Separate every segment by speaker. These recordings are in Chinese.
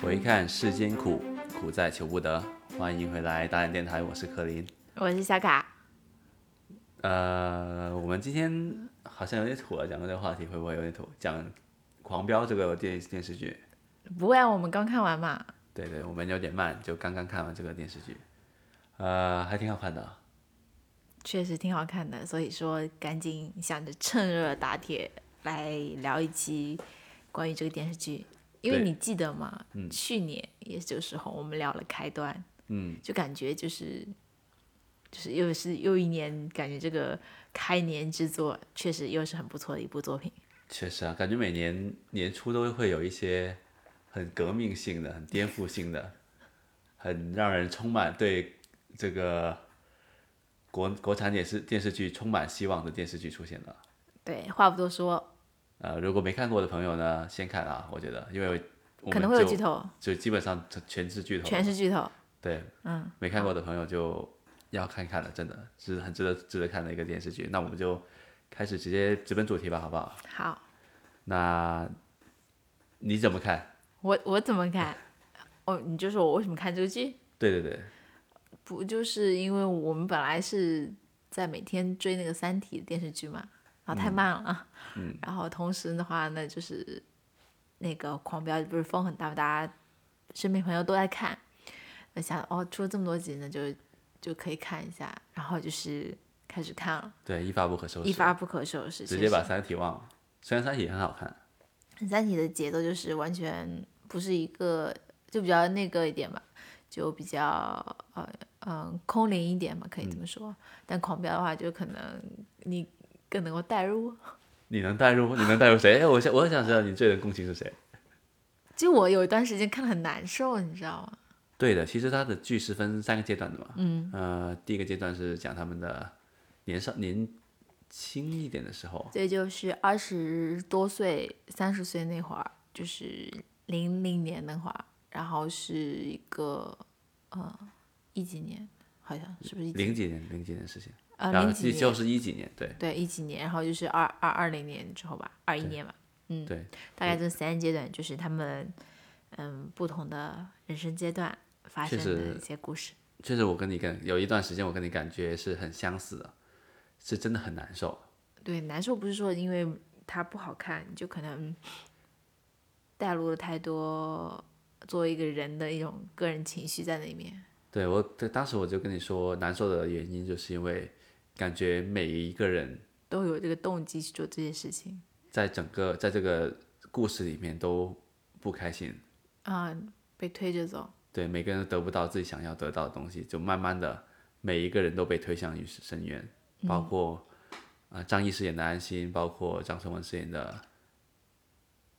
Speaker 1: 回看世间苦，苦在求不得。欢迎回来达人电台，我是柯林。
Speaker 2: 我是小卡，
Speaker 1: 呃，我们今天好像有点土了，讲到这个话题会不会有点土？讲《狂飙》这个电电视剧，
Speaker 2: 不会啊，我们刚看完嘛，
Speaker 1: 对对，我们有点慢，就刚刚看完这个电视剧，呃，还挺好看的。
Speaker 2: 确实挺好看的，所以说赶紧想着趁热打铁来聊一期关于这个电视剧，因为
Speaker 1: 对
Speaker 2: 你记得吗？去年也是这个时候我们聊了开端，
Speaker 1: 嗯，
Speaker 2: 就感觉就是就是又是又一年，感觉这个开年之作确实又是很不错的一部作品。
Speaker 1: 确实啊，感觉每年年初都会有一些很革命性的、很颠覆性的、 很让人充满对这个国国产电视电视剧充满希望的电视剧出现了。
Speaker 2: 对，话不多说，
Speaker 1: 呃，如果没看过的朋友呢，先看啊，我觉得，因为我们
Speaker 2: 可能会有
Speaker 1: 就
Speaker 2: 剧透，
Speaker 1: 就基本上全是剧透，
Speaker 2: 全是剧透。
Speaker 1: 对，嗯，没看过的朋友就要看看了，真的是很值得值得看的一个电视剧。那我们就开始直接直奔主题吧，好不好？
Speaker 2: 好，
Speaker 1: 那你怎么看？
Speaker 2: 我我怎么看？哦，你就说我为什么看这个剧？
Speaker 1: 对对对，
Speaker 2: 不就是因为我们本来是在每天追那个《三体》的电视剧嘛，然后太慢了，嗯，然后同时的话呢，就是那个《狂飙》不是风很大嘛，大家身边朋友都在看，那想哦出了这么多集呢，就就可以看一下，然后就是开始看了，
Speaker 1: 对，一发不可收拾，
Speaker 2: 一发不可收拾，
Speaker 1: 直
Speaker 2: 确
Speaker 1: 接
Speaker 2: 实
Speaker 1: 把《三体》忘了。虽然《三体》很好看，
Speaker 2: 《三体》的节奏就是完全不是一个，就比较那个一点吧，就比较呃嗯空灵一点嘛，可以
Speaker 1: 嗯
Speaker 2: 这么说。但狂飙的话，就可能你更能够代入。
Speaker 1: 你能代入，你能代入谁？ 哎，我想，我很想知道你最能共情是谁。
Speaker 2: 就我有一段时间看得很难受，你知道吗？
Speaker 1: 对的，其实它的剧是分三个阶段的嘛。嗯。呃，第一个阶段是讲他们的年少年轻一点的时候，
Speaker 2: 所以就是二十多岁、三十岁那会儿，就是零零年那会儿，然后是一个呃一几年，好像是不是一几
Speaker 1: 零几年零几年的事情，
Speaker 2: 呃
Speaker 1: 然后
Speaker 2: 零几
Speaker 1: 就
Speaker 2: 年？
Speaker 1: 就是一几年，对
Speaker 2: 对，一几年，然后就是二二二零年之后吧，二一年吧，嗯，
Speaker 1: 对，
Speaker 2: 大概这三阶段就是他们嗯不同的人生阶段发
Speaker 1: 确
Speaker 2: 生的
Speaker 1: 实
Speaker 2: 一些故事。
Speaker 1: 确实我跟你感有一段时间我跟你感觉是很相似的，是真的很难受。
Speaker 2: 对，难受不是说因为它不好看，就可能带入了太多作为一个人的一种个人情绪在里面。
Speaker 1: 对我，对当时我就跟你说，难受的原因就是因为感觉每一个人
Speaker 2: 都有这个动机去做这些事情，
Speaker 1: 在整个在这个故事里面都不开心，
Speaker 2: 嗯，被推着走，
Speaker 1: 对，每个人都得不到自己想要得到的东西，就慢慢的每一个人都被推向于深渊，包
Speaker 2: 嗯
Speaker 1: 括啊、呃张译饰演的安心，包括张颂文饰演的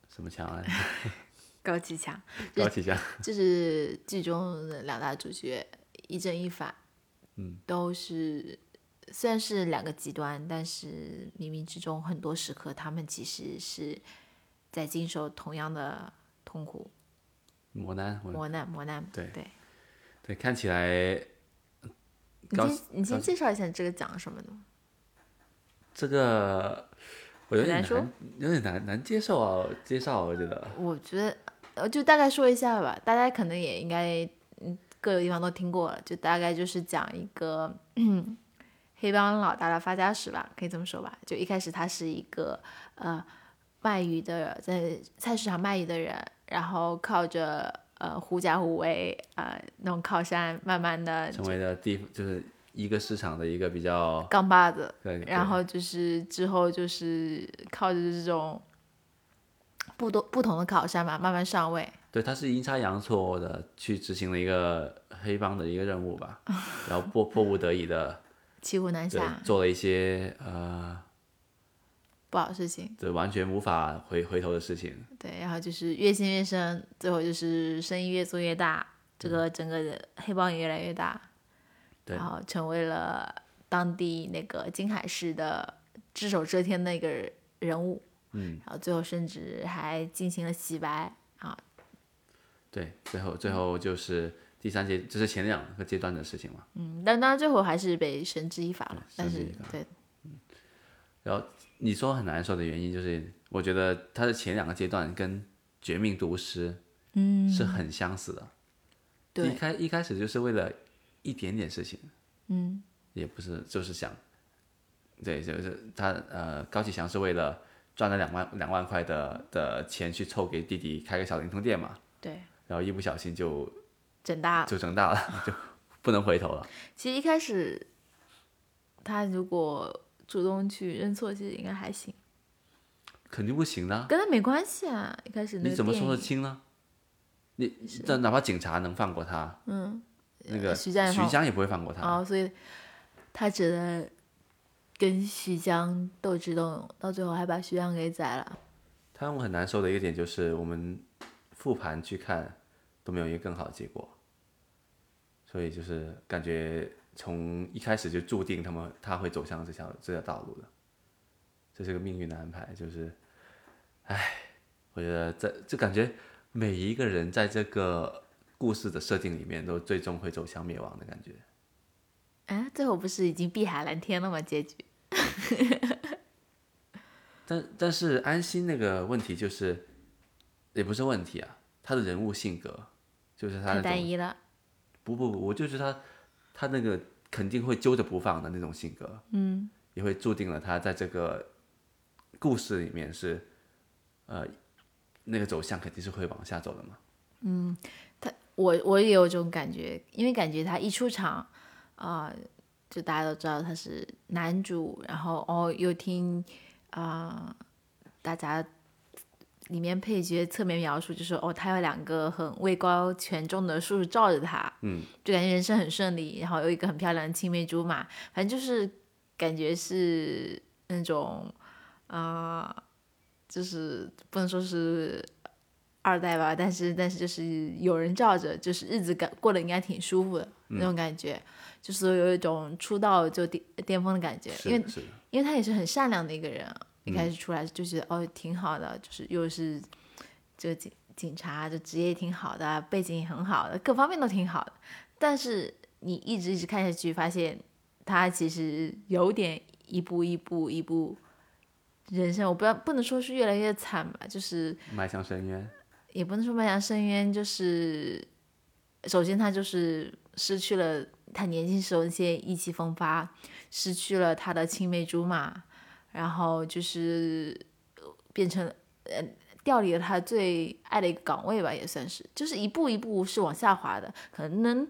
Speaker 1: 什么强啊
Speaker 2: 高启强，
Speaker 1: 高启强，
Speaker 2: 这是剧中的两大主角一正一反，嗯，都是虽然是两个极端，但是冥冥之中很多时刻他们其实是在经受同样的痛苦、
Speaker 1: 磨难，我
Speaker 2: 磨难、磨难。
Speaker 1: 对
Speaker 2: 对，
Speaker 1: 对，看起来
Speaker 2: 你
Speaker 1: 高
Speaker 2: 先你先介绍一下这个讲什么的吗？
Speaker 1: 这个我有
Speaker 2: 很
Speaker 1: 点
Speaker 2: 难说
Speaker 1: 难，有点难难接受啊，介绍我觉得。
Speaker 2: 我觉得呃，就大概说一下吧，大家可能也应该嗯各个地方都听过了，就大概就是讲一个。 黑帮老大的发家史吧，可以这么说吧。就一开始他是一个呃卖鱼的，在菜市场卖鱼的人，然后靠着呃狐假虎威呃那种靠山，慢慢的
Speaker 1: 成为了地就是一个市场的一个比较，
Speaker 2: 杠把子，
Speaker 1: 对对
Speaker 2: 然后就是之后就是靠着这种不多不同的靠山嘛，慢慢上位。
Speaker 1: 对，他是阴差阳错的去执行了一个黑帮的一个任务 吧，然后迫迫不得已的，
Speaker 2: 骑虎难
Speaker 1: 对
Speaker 2: 下，，
Speaker 1: 做了一些呃，
Speaker 2: 不好事情。
Speaker 1: 对，完全无法回回头的事情。
Speaker 2: 对，然后就是越陷越深，最后就是生意越做越大，这个整个的黑帮也越来越大，
Speaker 1: 嗯对
Speaker 2: 然后成为了当地那个金海市的只手遮天的一个人物，嗯，然后最后甚至还进行了洗白啊，
Speaker 1: 对，最后最后就是第三阶，这是前两个阶段的事情嘛。
Speaker 2: 嗯，但当然最后还是被绳之以法了。但
Speaker 1: 绳之
Speaker 2: 是
Speaker 1: 以法
Speaker 2: 对，
Speaker 1: 你说很难受的原因就是，我觉得它的前两个阶段跟《绝命毒师》嗯是很相似的。
Speaker 2: 对
Speaker 1: 一开一开始就是为了一点点事情，嗯，也不是就是想，对，就是他呃，高启强是为了赚了两万两万块的的钱去凑给弟弟开个小灵通店嘛，
Speaker 2: 对，
Speaker 1: 然后一不小心就
Speaker 2: 整大了。
Speaker 1: 就长大了，就不能回头了。
Speaker 2: 其实一开始，他如果主动去认错，其实应该还行，
Speaker 1: 肯定不行的啊，
Speaker 2: 跟他没关系啊。一开始那
Speaker 1: 你
Speaker 2: 个
Speaker 1: 怎么
Speaker 2: 电
Speaker 1: 说得
Speaker 2: 影
Speaker 1: 清呢？你但哪怕警察能放过他，嗯，那个
Speaker 2: 呃徐湛也放
Speaker 1: 江也不会放过他。
Speaker 2: 哦，所以他只能跟徐江斗智斗勇，到最后还把徐江给宰了。
Speaker 1: 他让我很难受的一个点就是，我们复盘去看都没有一个更好的结果，所以就是感觉从一开始就注定他们他会走向这条这条道路的，这是个命运的安排。就是，唉，我觉得在就感觉每一个人在这个故事的设定里面，都最终会走向灭亡的感觉。
Speaker 2: 哎，最后不是已经碧海蓝天了吗？结局
Speaker 1: 但但是安心那个问题就是，也不是问题啊，他的人物性格就是他
Speaker 2: 太
Speaker 1: 那种
Speaker 2: 单一了。
Speaker 1: 不不不，我就是他，他那个肯定会揪着不放的那种性格，嗯，也会注定了他在这个故事里面是，呃，那个走向肯定是会往下走的嘛。
Speaker 2: 我我也有这种感觉，因为感觉他一出场，啊、就大家都知道他是男主，然后哦又听啊、大家里面配角侧面描述，就说哦他有两个很位高权重的叔叔罩着他，嗯，就感觉人生很顺利，然后有一个很漂亮的青梅竹马，反正就是感觉是那种啊、就是不能说是二代吧，但是但是就是有人罩着，就是日子感过得应该挺舒服的、那种感觉，就是有一种出道就巅巅峰的感觉，
Speaker 1: 是
Speaker 2: 因为
Speaker 1: 的是的，
Speaker 2: 因为他也是很善良的一个人啊，一开始出来就觉得、哦挺好的，就是又是这警警察，这职业也挺好的啊，背景也很好的，各方面都挺好的。但是你一直一直看下去，发现他其实有点一步一步一步人生，我不要不能说是越来越惨吧，就是
Speaker 1: 迈向深渊，
Speaker 2: 也不能说迈向深渊，就是首先他就是失去了他年轻时候那些意气风发，失去了他的青梅竹马，然后就是呃变成呃调离了他最爱的一个岗位吧，也算是，就是一步一步是往下滑的，可能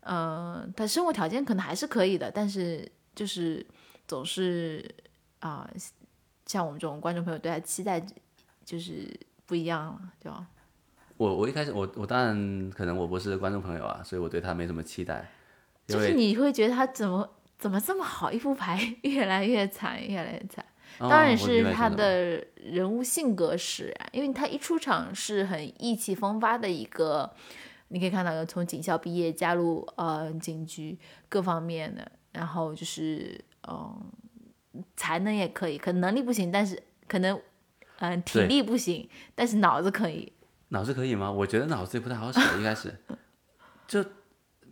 Speaker 2: 呃他生活条件可能还是可以的，但是就是总是啊、像我们这种观众朋友对他期待就是不一样了，对吧？
Speaker 1: 我我一开始我我当然可能我不是观众朋友啊，所以我对他没什么期待，因
Speaker 2: 就是
Speaker 1: 为
Speaker 2: 你会觉得他怎么怎么这么好，一副牌越来越惨，越来越惨。
Speaker 1: 哦
Speaker 2: 当然
Speaker 1: 我明
Speaker 2: 是
Speaker 1: 白
Speaker 2: 他
Speaker 1: 你说什么
Speaker 2: 的人物性格使然，因为他一出场是很意气风发的一个，你可以看到有从警校毕业加入呃警局各方面的，然后就是嗯、才能也可以，可能能力不行，但是可能嗯、呃体
Speaker 1: 对
Speaker 2: 力不行，但是脑子可以。
Speaker 1: 脑子可以吗？我觉得脑子也不太好使，一开始就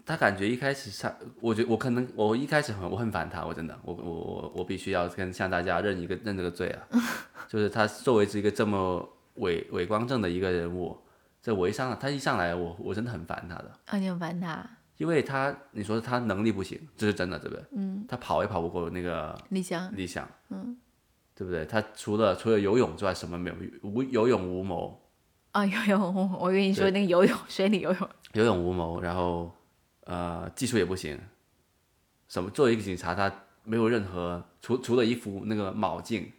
Speaker 1: 他感觉一开始他，我觉我可能我一开始很我很烦他，我真的我我我我必须要跟向大家认一个认这个罪 啊，就是他作为这个这么伪伪光正的一个人物，这我一上来他一上来我我真的很烦他的，
Speaker 2: 啊，你很烦他，
Speaker 1: 因为他你说他能力不行，这是真的对不对？嗯，他跑也跑不过那个
Speaker 2: 李湘，
Speaker 1: 理想，嗯，对不对？他除了除了游泳之外什么没有，无游泳无谋，
Speaker 2: 啊，游泳，我我跟你说那个游泳，水里游泳，
Speaker 1: 有勇无谋，然后呃技术也不行，什么作为一个警察，他没有任何除除了一副那个铆镜，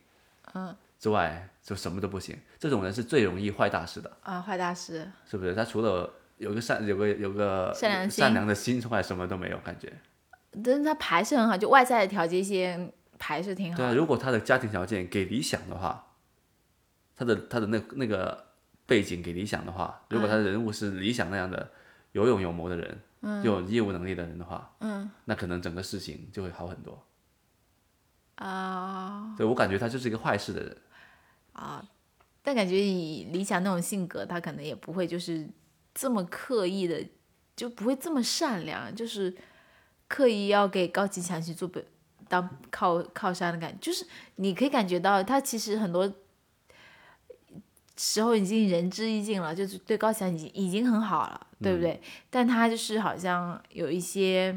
Speaker 1: 嗯，之外就什么都不行。这种人是最容易坏大事的，
Speaker 2: 啊，坏大师，
Speaker 1: 是不是？他除了有个善有个有个
Speaker 2: 善良的心
Speaker 1: 善良的心之外，什么都没有感觉。
Speaker 2: 但是他牌是很好，就外在的条件一些牌是挺好
Speaker 1: 对啊，
Speaker 2: 的。
Speaker 1: 如果他的家庭条件给理想的话，他的他的那那个背景给理想的话，如果他的人物是理想那样的有勇有谋的人，嗯，有业务能力的人的话，嗯，那可能整个事情就会好很多。
Speaker 2: 啊
Speaker 1: 对我感觉他就是一个坏事的人，
Speaker 2: 啊，但感觉以理想那种性格，他可能也不会就是这么刻意的就不会这么善良，就是刻意要给高启强去做本当靠靠山的感觉，就是你可以感觉到他其实很多时候已经仁至义尽了，就是对高启强已经已经很好了，对不对？但他就是好像有一些，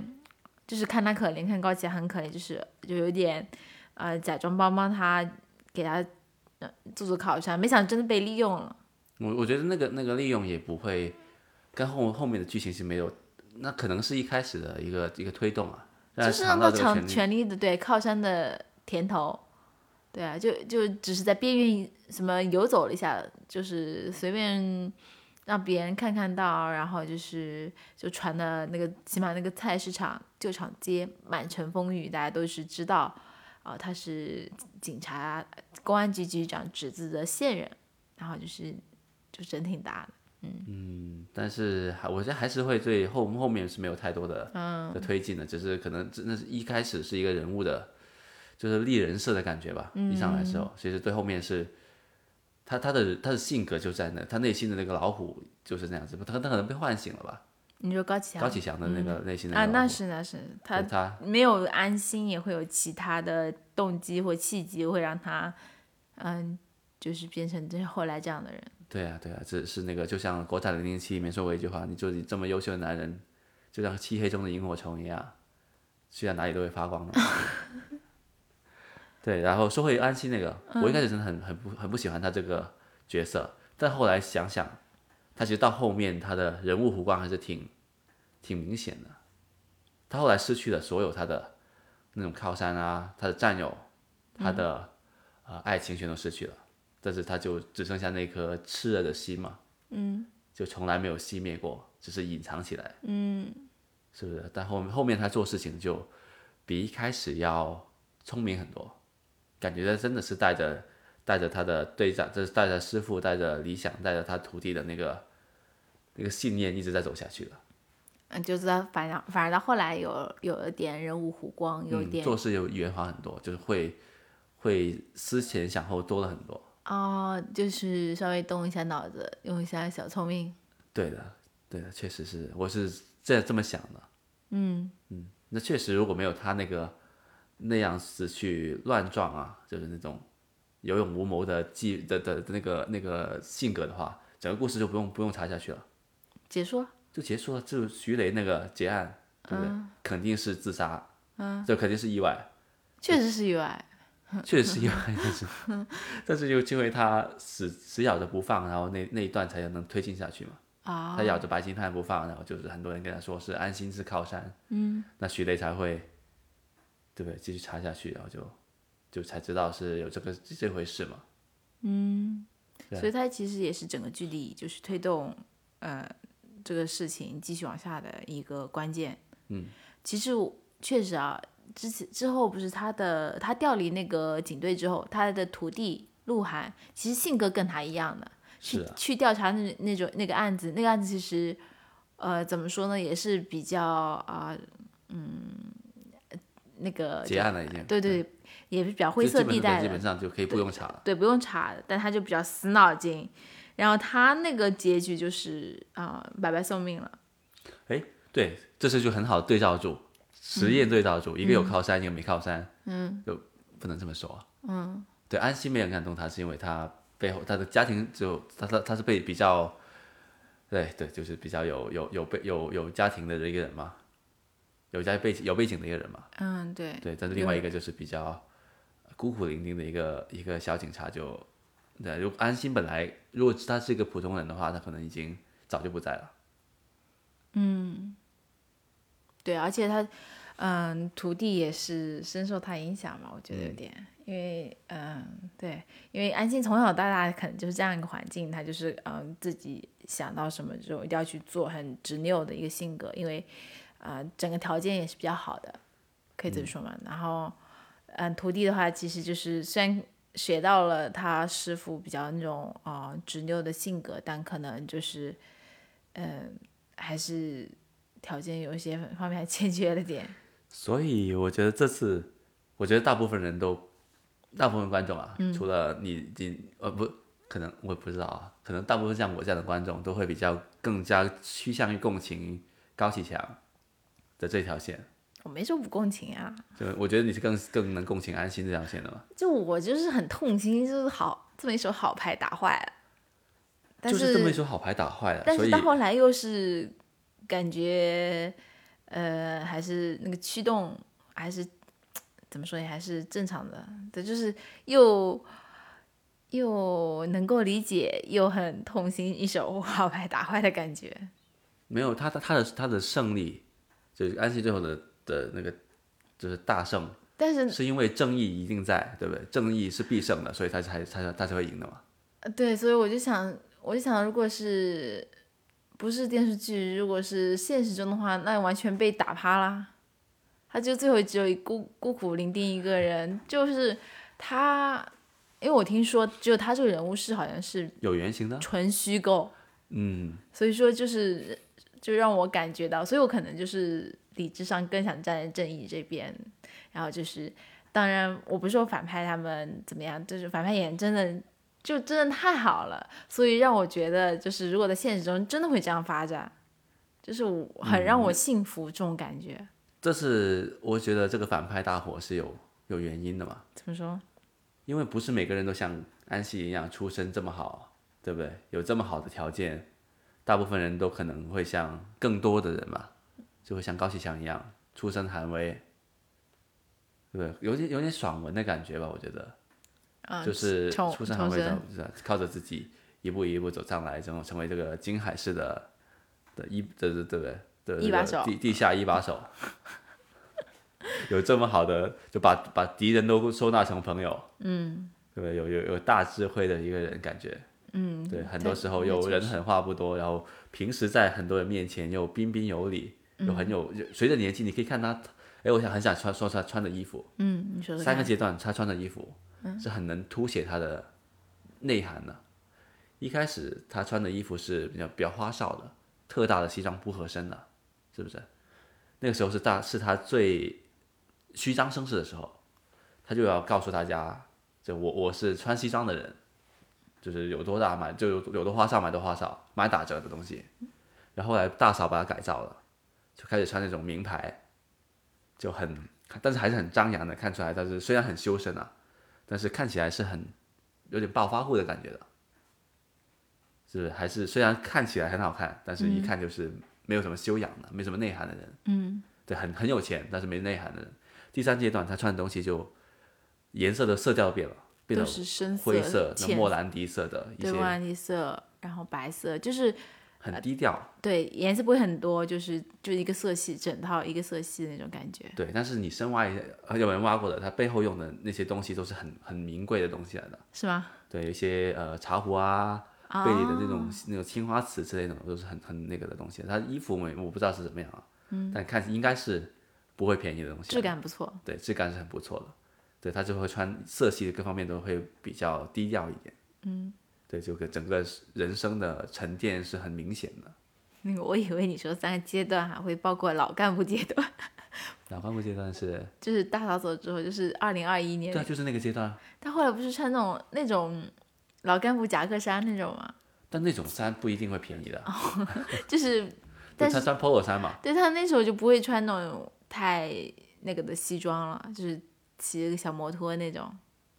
Speaker 2: 就是看他可怜，看高启强很可怜，就是就有点呃假装帮帮他，给他。呃做做靠山，没想到真的被利用了。
Speaker 1: 我我觉得那个那个利用也不会跟后后面的剧情是没有，那可能是一开始的一个一个推动啊，让
Speaker 2: 就
Speaker 1: 他
Speaker 2: 是
Speaker 1: 尝
Speaker 2: 让
Speaker 1: 到
Speaker 2: 他
Speaker 1: 这个
Speaker 2: 尝
Speaker 1: 权利。
Speaker 2: 权力的对靠山的甜头，对啊，就就只是在边缘什么游走了一下，就是随便让别人看看到，然后就是就传的那个起码那个菜市场旧厂街满城风雨，大家都是知道啊、他是警察公安局局长侄子的线人，然后就是就真挺大的，
Speaker 1: 但是还我觉得还是会对后后面是没有太多的
Speaker 2: 嗯
Speaker 1: 的推进的，只是可能真的是一开始是一个人物的，就是立人设的感觉吧。
Speaker 2: 嗯
Speaker 1: 一上来之后，其实对后面是他他的他的性格就在那，他内心的那个老虎就是那样子，他他可能被唤醒了吧？
Speaker 2: 你说高启强
Speaker 1: 高启强的那个内心的
Speaker 2: 啊，
Speaker 1: 老虎
Speaker 2: 那是那是他
Speaker 1: 就他
Speaker 2: 没有安心，也会有其他的动机或契机，会让他，嗯，就是变成这后来这样的人。
Speaker 1: 对啊对啊，只是那个就像国产零零七里面说过一句话，你就你这么优秀的男人，就像漆黑中的萤火虫一样，去到哪里都会发光的。对，然后说回安西那个，我一开始真的很很不很不喜欢他这个角色，但后来想想，他其实到后面他的人物弧光还是挺挺明显的。他后来失去了所有他的那种靠山啊，他的战友，他的、呃爱情全都失去了，但是他就只剩下那颗炽热的心嘛，嗯，就从来没有熄灭过，只是隐藏起来，嗯，是不是？但后面后面他做事情就比一开始要聪明很多，感觉他真的是带着带着他的队长，就是带着师傅，带着理想，带着他徒弟的那个那个信念一直在走下去的，
Speaker 2: 嗯，就是他反而反而到后来有有一点人物弧光，有一
Speaker 1: 嗯，
Speaker 2: 点
Speaker 1: 做事有圆滑很多，就是会会思前想后多了很多，
Speaker 2: 啊、哦，就是稍微动一下脑子，用一下小聪明。
Speaker 1: 对的，对的，确实是，我是这这么想的。嗯嗯，那确实，如果没有他那个那样子去乱撞啊，就是那种有勇无谋的计的的的那个那个性格的话，整个故事就不用不用查下去了，
Speaker 2: 结束了，
Speaker 1: 就结束了。就徐雷那个结案，对不对？肯定是自杀，嗯，这肯定是意外，
Speaker 2: 确实是啊意外。
Speaker 1: 确实是意外，但是但是又因为他死死咬着不放，然后那那一段才能推进下去嘛。
Speaker 2: 啊、
Speaker 1: 他咬着白金汉不放，然后就是很多人跟他说是安心是靠山，嗯，那徐雷才会，对不对？继续查下去，然后就就才知道是有这个这回事嘛。
Speaker 2: 所以它其实也是整个剧里就是推动呃这个事情继续往下的一个关键。嗯，其实我确实啊，之前之后不是他的他调离那个警队之后，他的徒弟鹿晗其实性格跟他一样的，去
Speaker 1: 是啊，
Speaker 2: 去调查那那种那个案子，那个案子其实，呃，怎么说呢，也是比较啊、嗯，那个
Speaker 1: 结案了已经。
Speaker 2: 对对，也是比较
Speaker 1: 就
Speaker 2: 灰
Speaker 1: 基
Speaker 2: 色
Speaker 1: 本
Speaker 2: 地
Speaker 1: 上
Speaker 2: 带
Speaker 1: 基
Speaker 2: 的
Speaker 1: 本，上就可以不用查了。
Speaker 2: 对，不用查的，但他就比较死脑筋。然后他那个结局就是啊、白白送命了。
Speaker 1: 对，这次就很好对照住，实验对照住，一个有靠山，一个没靠山。嗯，就不能这么说。嗯，对，安息没人感动他，是因为他背后他的家庭就他他他是被比较，对对，就是比较有有有背有有家庭的一个人嘛，有家背景有背景的一个人嘛。
Speaker 2: 嗯，对，
Speaker 1: 对，但是另外一个就是比较孤苦伶仃的一个一个小警察就，对，如果安心本来如果他是一个普通人的话，他可能已经早就不在了。
Speaker 2: 对，而且他嗯徒弟也是深受他影响嘛，我觉得有点，因为嗯对，因为安心从小到大可能就是这样一个环境，他就是嗯自己想到什么之后一定要去做，很执拗的一个性格，因为啊、呃整个条件也是比较好的，可以这么说嘛。然后嗯徒弟的话，其实就是虽然。学到了他师傅比较那种啊、呃执拗的性格，但可能就是，嗯、还是条件有一些方面还欠缺了点。
Speaker 1: 所以我觉得这次，我觉得大部分人都，大部分观众啊，
Speaker 2: 嗯
Speaker 1: 除了你你呃不可能我也不知道啊，可能大部分像我这样的观众都会比较更加趋向于共情高启强的这条线，
Speaker 2: 我没说不共情啊，
Speaker 1: 就我觉得你是更更能共情安心这条线的嘛，
Speaker 2: 就我就是很痛心，就是好这么一手好牌打坏了，但
Speaker 1: 就是这么一手好牌打坏了，
Speaker 2: 但
Speaker 1: 所
Speaker 2: 是
Speaker 1: 以
Speaker 2: 到后来又是感觉，呃，还是那个驱动还是怎么说也还是正常的，对，就是又又能够理解，又很痛心，一手好牌打坏的感觉。
Speaker 1: 没有他他他的他的胜利，就是安心最后的的那个就是大胜，
Speaker 2: 但是
Speaker 1: 是因为正义一定在，对不对？正义是必胜的，所以他才他才他才会赢的嘛。
Speaker 2: 呃对，所以我就想，我就想，如果是不是电视剧，如果是现实中的话，那完全被打趴啦。他就最后只有一孤孤苦伶仃一个人，就是他，因为我听说只有他这个人物是好像是
Speaker 1: 有原型的，
Speaker 2: 纯虚构，
Speaker 1: 嗯，
Speaker 2: 所以说就是就让我感觉到，所以我可能就是理智上更想站在正义这边，然后就是当然我不是说反派他们怎么样，就是反派演员真的就真的太好了，所以让我觉得就是如果在现实中真的会这样发展，就是我很让
Speaker 1: 嗯
Speaker 2: 我幸福这种感觉。
Speaker 1: 这是我觉得这个反派大火是有有原因的嘛，
Speaker 2: 怎么说？
Speaker 1: 因为不是每个人都像安息一样出身这么好，对不对？有这么好的条件，大部分人都可能会像更多的人嘛，就会像高启强一样出身寒微，对不对？有点有点爽文的感觉吧，我觉得。
Speaker 2: 嗯，
Speaker 1: 就是
Speaker 2: 重
Speaker 1: 出身行
Speaker 2: 重
Speaker 1: 为
Speaker 2: 生
Speaker 1: 的，是吧靠着自己一步一步走上来，然后成为这个金海市的的一对对对对的
Speaker 2: 一把手
Speaker 1: 地地下一把手， 有这么好的，就把把敌人都收纳成朋友，嗯，对不对？有有有大智慧的一个人，感觉，
Speaker 2: 嗯，
Speaker 1: 对，很
Speaker 2: 对
Speaker 1: 多时候
Speaker 2: 那
Speaker 1: 又
Speaker 2: 确
Speaker 1: 人狠话不多，然后平时在很多人面前又彬彬有礼，又
Speaker 2: 嗯
Speaker 1: 很有，随着年纪你可以看他，哎，我想很想穿说他穿的衣服，
Speaker 2: 嗯，你说说
Speaker 1: 三个
Speaker 2: 看嗯
Speaker 1: 阶段他穿的衣服是很能凸显他的内涵的。一开始他穿的衣服是比较比较花哨的，特大的西装不合身的，是不是？那个时候是大是他最虚张声势的时候，他就要告诉大家，就我我是穿西装的人，就是有多大买就有有多花哨买多花哨，买打折的东西。然后后来大嫂把他改造了，就开始穿那种名牌，就很但是还是很张扬的，看出来他是虽然很修身啊，但是看起来是很有点暴发户的感觉的，是不是？还是虽然看起来很好看，但
Speaker 2: 嗯
Speaker 1: 是一看就是没有什么修养的，没什么内涵的人。嗯，对，很很有钱，但是没内涵的人。第三阶段，他穿的东西就颜色的色调变了，变
Speaker 2: 都
Speaker 1: 得
Speaker 2: 是深
Speaker 1: 灰色、那
Speaker 2: 浅
Speaker 1: 莫兰迪色的一
Speaker 2: 对莫
Speaker 1: 些
Speaker 2: 兰迪色，然后白色，就是
Speaker 1: 很低调。
Speaker 2: 对，颜色不会很多，就是就一个色系，整套一个色系的那种感觉。
Speaker 1: 对，但是你深挖一下，呃有人挖过的，它背后用的那些东西都是很很名贵的东西来的。
Speaker 2: 是吗？
Speaker 1: 对，有一些呃茶壶啊，
Speaker 2: 哦
Speaker 1: 贝里的那种、那种青花瓷之类的，都是很很那个的东西。它衣服我我不知道是怎么样啊，嗯，但看应该是不会便宜的东西
Speaker 2: 质
Speaker 1: 啊，
Speaker 2: 感不错。
Speaker 1: 对，质感是很不错的。对，它就会穿色系各方面都会比较低调一点，嗯，对，就跟整个人生的沉淀是很明显的。
Speaker 2: 那个我以为你说三个阶段啊还会包括老干部阶段，
Speaker 1: 老干部阶段是，
Speaker 2: 就是大扫走之后，就是二零二一年
Speaker 1: 对啊，。就是那个阶段啊，
Speaker 2: 他后来不是穿那种那种老干部夹克衫那种嘛，
Speaker 1: 但那种衫不一定会便宜的，啊
Speaker 2: 就是
Speaker 1: 对
Speaker 2: 但
Speaker 1: 他
Speaker 2: 是
Speaker 1: 穿 polo 衫嘛，
Speaker 2: 对他那时候就不会穿那种太那个的西装了，就是骑一个小摩托那种，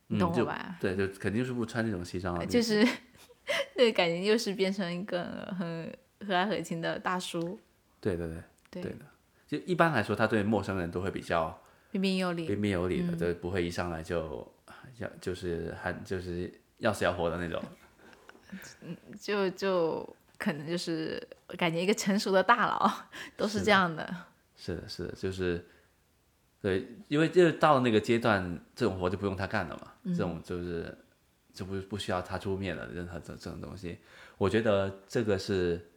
Speaker 2: 你
Speaker 1: 嗯
Speaker 2: 懂我
Speaker 1: 就
Speaker 2: 吧？
Speaker 1: 对，就肯定是不穿那种西装了，
Speaker 2: 就是 对，感觉又是变成一个很和蔼可亲的大叔，
Speaker 1: 对对对
Speaker 2: 对
Speaker 1: 的。就一般来说，他对陌生人都会比较
Speaker 2: 彬彬有礼。
Speaker 1: 彬彬有礼
Speaker 2: 嗯
Speaker 1: 的，就不会一上来就要就是还就是要死要活的那种。
Speaker 2: 就就可能就是感觉一个成熟的大佬都是这样的。
Speaker 1: 是的，是的，就是对，因为就是到了那个阶段，这种活就不用他干了嘛，
Speaker 2: 嗯
Speaker 1: 这种就是就不不需要他出面了，任何这这种东西，我觉得这个是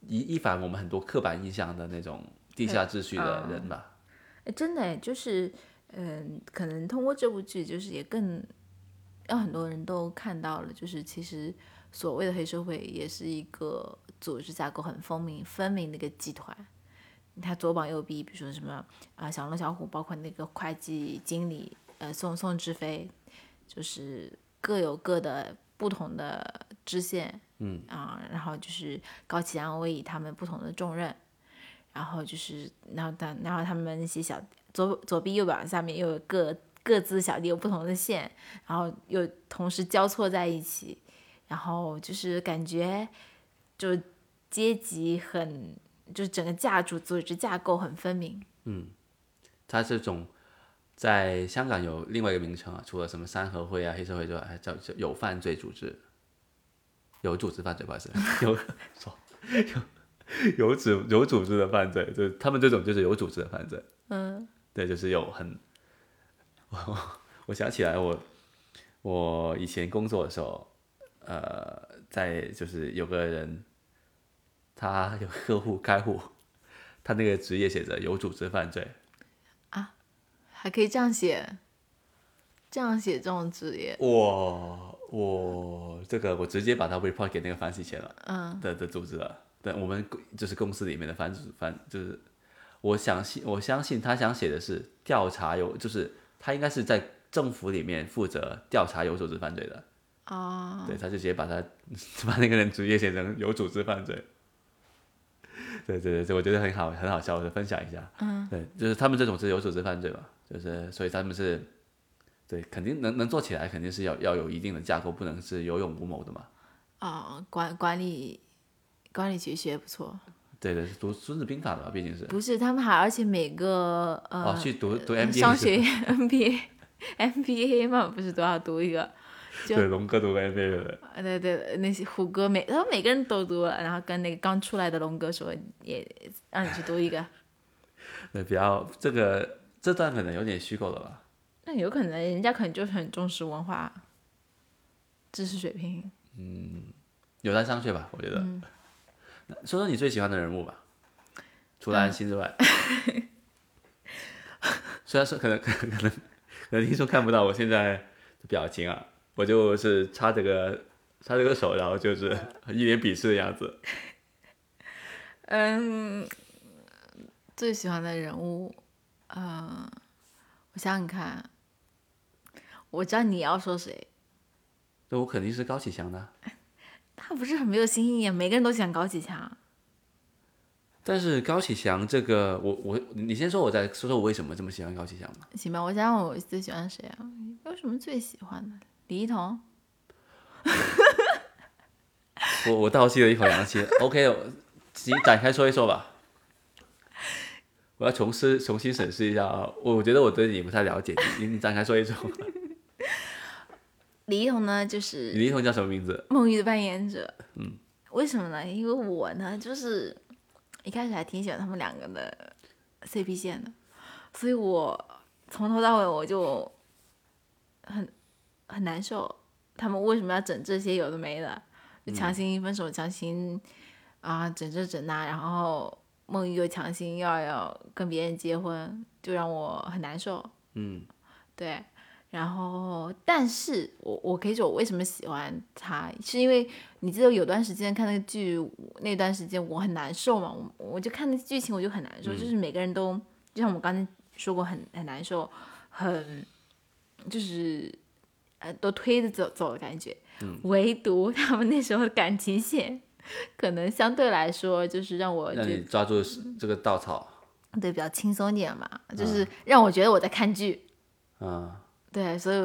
Speaker 1: 一一反我们很多刻板印象的那种地下秩序
Speaker 2: 嗯
Speaker 1: 的人吧。
Speaker 2: 哎，真的哎，就是嗯，可能通过这部剧，就是也更让很多人都看到了，就是其实所谓的黑社会也是一个组织架构很分明分明的一个集团。他左膀右臂，比如说什么啊、小龙小虎，包括那个会计经理，呃，宋宋志飞，就是各有各的不同的支线，嗯啊，然后就是高启安、魏以他们不同的重任，然后就是，然后他，然后他们那些小左左臂右膀下面又有各各自小弟有不同的线，然后又同时交错在一起，然后就是感觉就阶级很，就是整个架组组织架构很分明。
Speaker 1: 它这种在香港有另外一个名称啊，除了什么三合会啊、黑社会之外，还叫叫有犯罪组织，有组织犯罪，不好意思， 有错有有组有组织的犯罪，就是他们这种就是有组织的犯罪。嗯，对，就是有很， 我我想起来我我以前工作的时候，呃，在就是有个人，他有客户开户，他那个职业写着有组织犯罪。
Speaker 2: 还可以这样写，这样写这种职业，
Speaker 1: 我我这个我直接把它 report 给那个反洗钱了，嗯，的的组织了，但我们公就是公司里面的反组反就是，我相信我相信他想写的是调查有，就是他应该是在政府里面负责调查有组织犯罪的，
Speaker 2: 哦，
Speaker 1: 对，他就直接把他 把那个人职业写成有组织犯罪。对对对，这我觉得很好，很好笑，我就分享一下。嗯，对，就是他们这种是有组织犯罪嘛，就是所以他们是，对，肯定能能做起来，肯定是要要有一定的架构，不能是有勇无谋的嘛。
Speaker 2: 哦，管管理管理学学不错，
Speaker 1: 对对，读《孙子兵法》的嘛，毕竟是。
Speaker 2: 不是他们还而且每个呃、
Speaker 1: 哦，去读 读
Speaker 2: 嗯呃
Speaker 1: MBA，
Speaker 2: 商学 MBA MBA 嘛，不是都要读一个？就
Speaker 1: 对龙哥读 MBA 的，
Speaker 2: 呃对对，那些虎哥每他们每个人都读了，然后跟那个刚出来的龙哥说，也让你去读一个。
Speaker 1: 对，比较这个这段可能有点虚构了吧。
Speaker 2: 那有可能人家可能就是很重视文化知识水平。
Speaker 1: 有待商榷吧，我觉得。那说说你最喜欢的人物吧，除了安心之外，虽然说可能 可能可能可能听众看不到我现在的表情啊，我就是插这个插这个手，然后就是一脸鄙视的样子。
Speaker 2: 嗯，最喜欢的人物，嗯、我想想看，我知道你要说谁，
Speaker 1: 那我肯定是高启强的，啊
Speaker 2: 他不是很没有新意啊，每个人都喜欢高启强。
Speaker 1: 但是高启强这个，我我你先说，我再说说我为什么这么喜欢高启强吧。
Speaker 2: 行吧，我想想我最喜欢谁啊？有什么最喜欢的？李一桐，
Speaker 1: 我我倒吸了一口凉气。OK，我请展开说一说吧。我要重思重新审视一下啊，我我觉得我对你不太了解，你你展开说一说。
Speaker 2: 李一桐呢就
Speaker 1: 你
Speaker 2: 是
Speaker 1: 李一桐叫什么名字？
Speaker 2: 梦玉的扮演者。嗯，为什么呢？因为我呢就是一开始还挺喜欢他们两个的 CP 线的，所以我从头到尾我就很很难受，他们为什么要整这些有的没的，就强行分手，强行啊整这整那，然后梦玉又强行要要跟别人结婚，就让我很难受。
Speaker 1: 嗯，
Speaker 2: 对，然后但是我我可以说我为什么喜欢他，是因为你记得有段时间看那个剧，那段时间我很难受嘛，我我就看那剧情我就很难受，
Speaker 1: 嗯
Speaker 2: 就是每个人都就像我刚才说过很很难受，很就是呃都推着走走的感觉，
Speaker 1: 嗯
Speaker 2: 唯独他们那时候的感情线。可能相对来说，就是让我
Speaker 1: 让
Speaker 2: 觉
Speaker 1: 你抓住这个稻草。
Speaker 2: 得对比较轻松一点嘛，就是让我觉得我在看剧，
Speaker 1: 嗯，
Speaker 2: 对，所以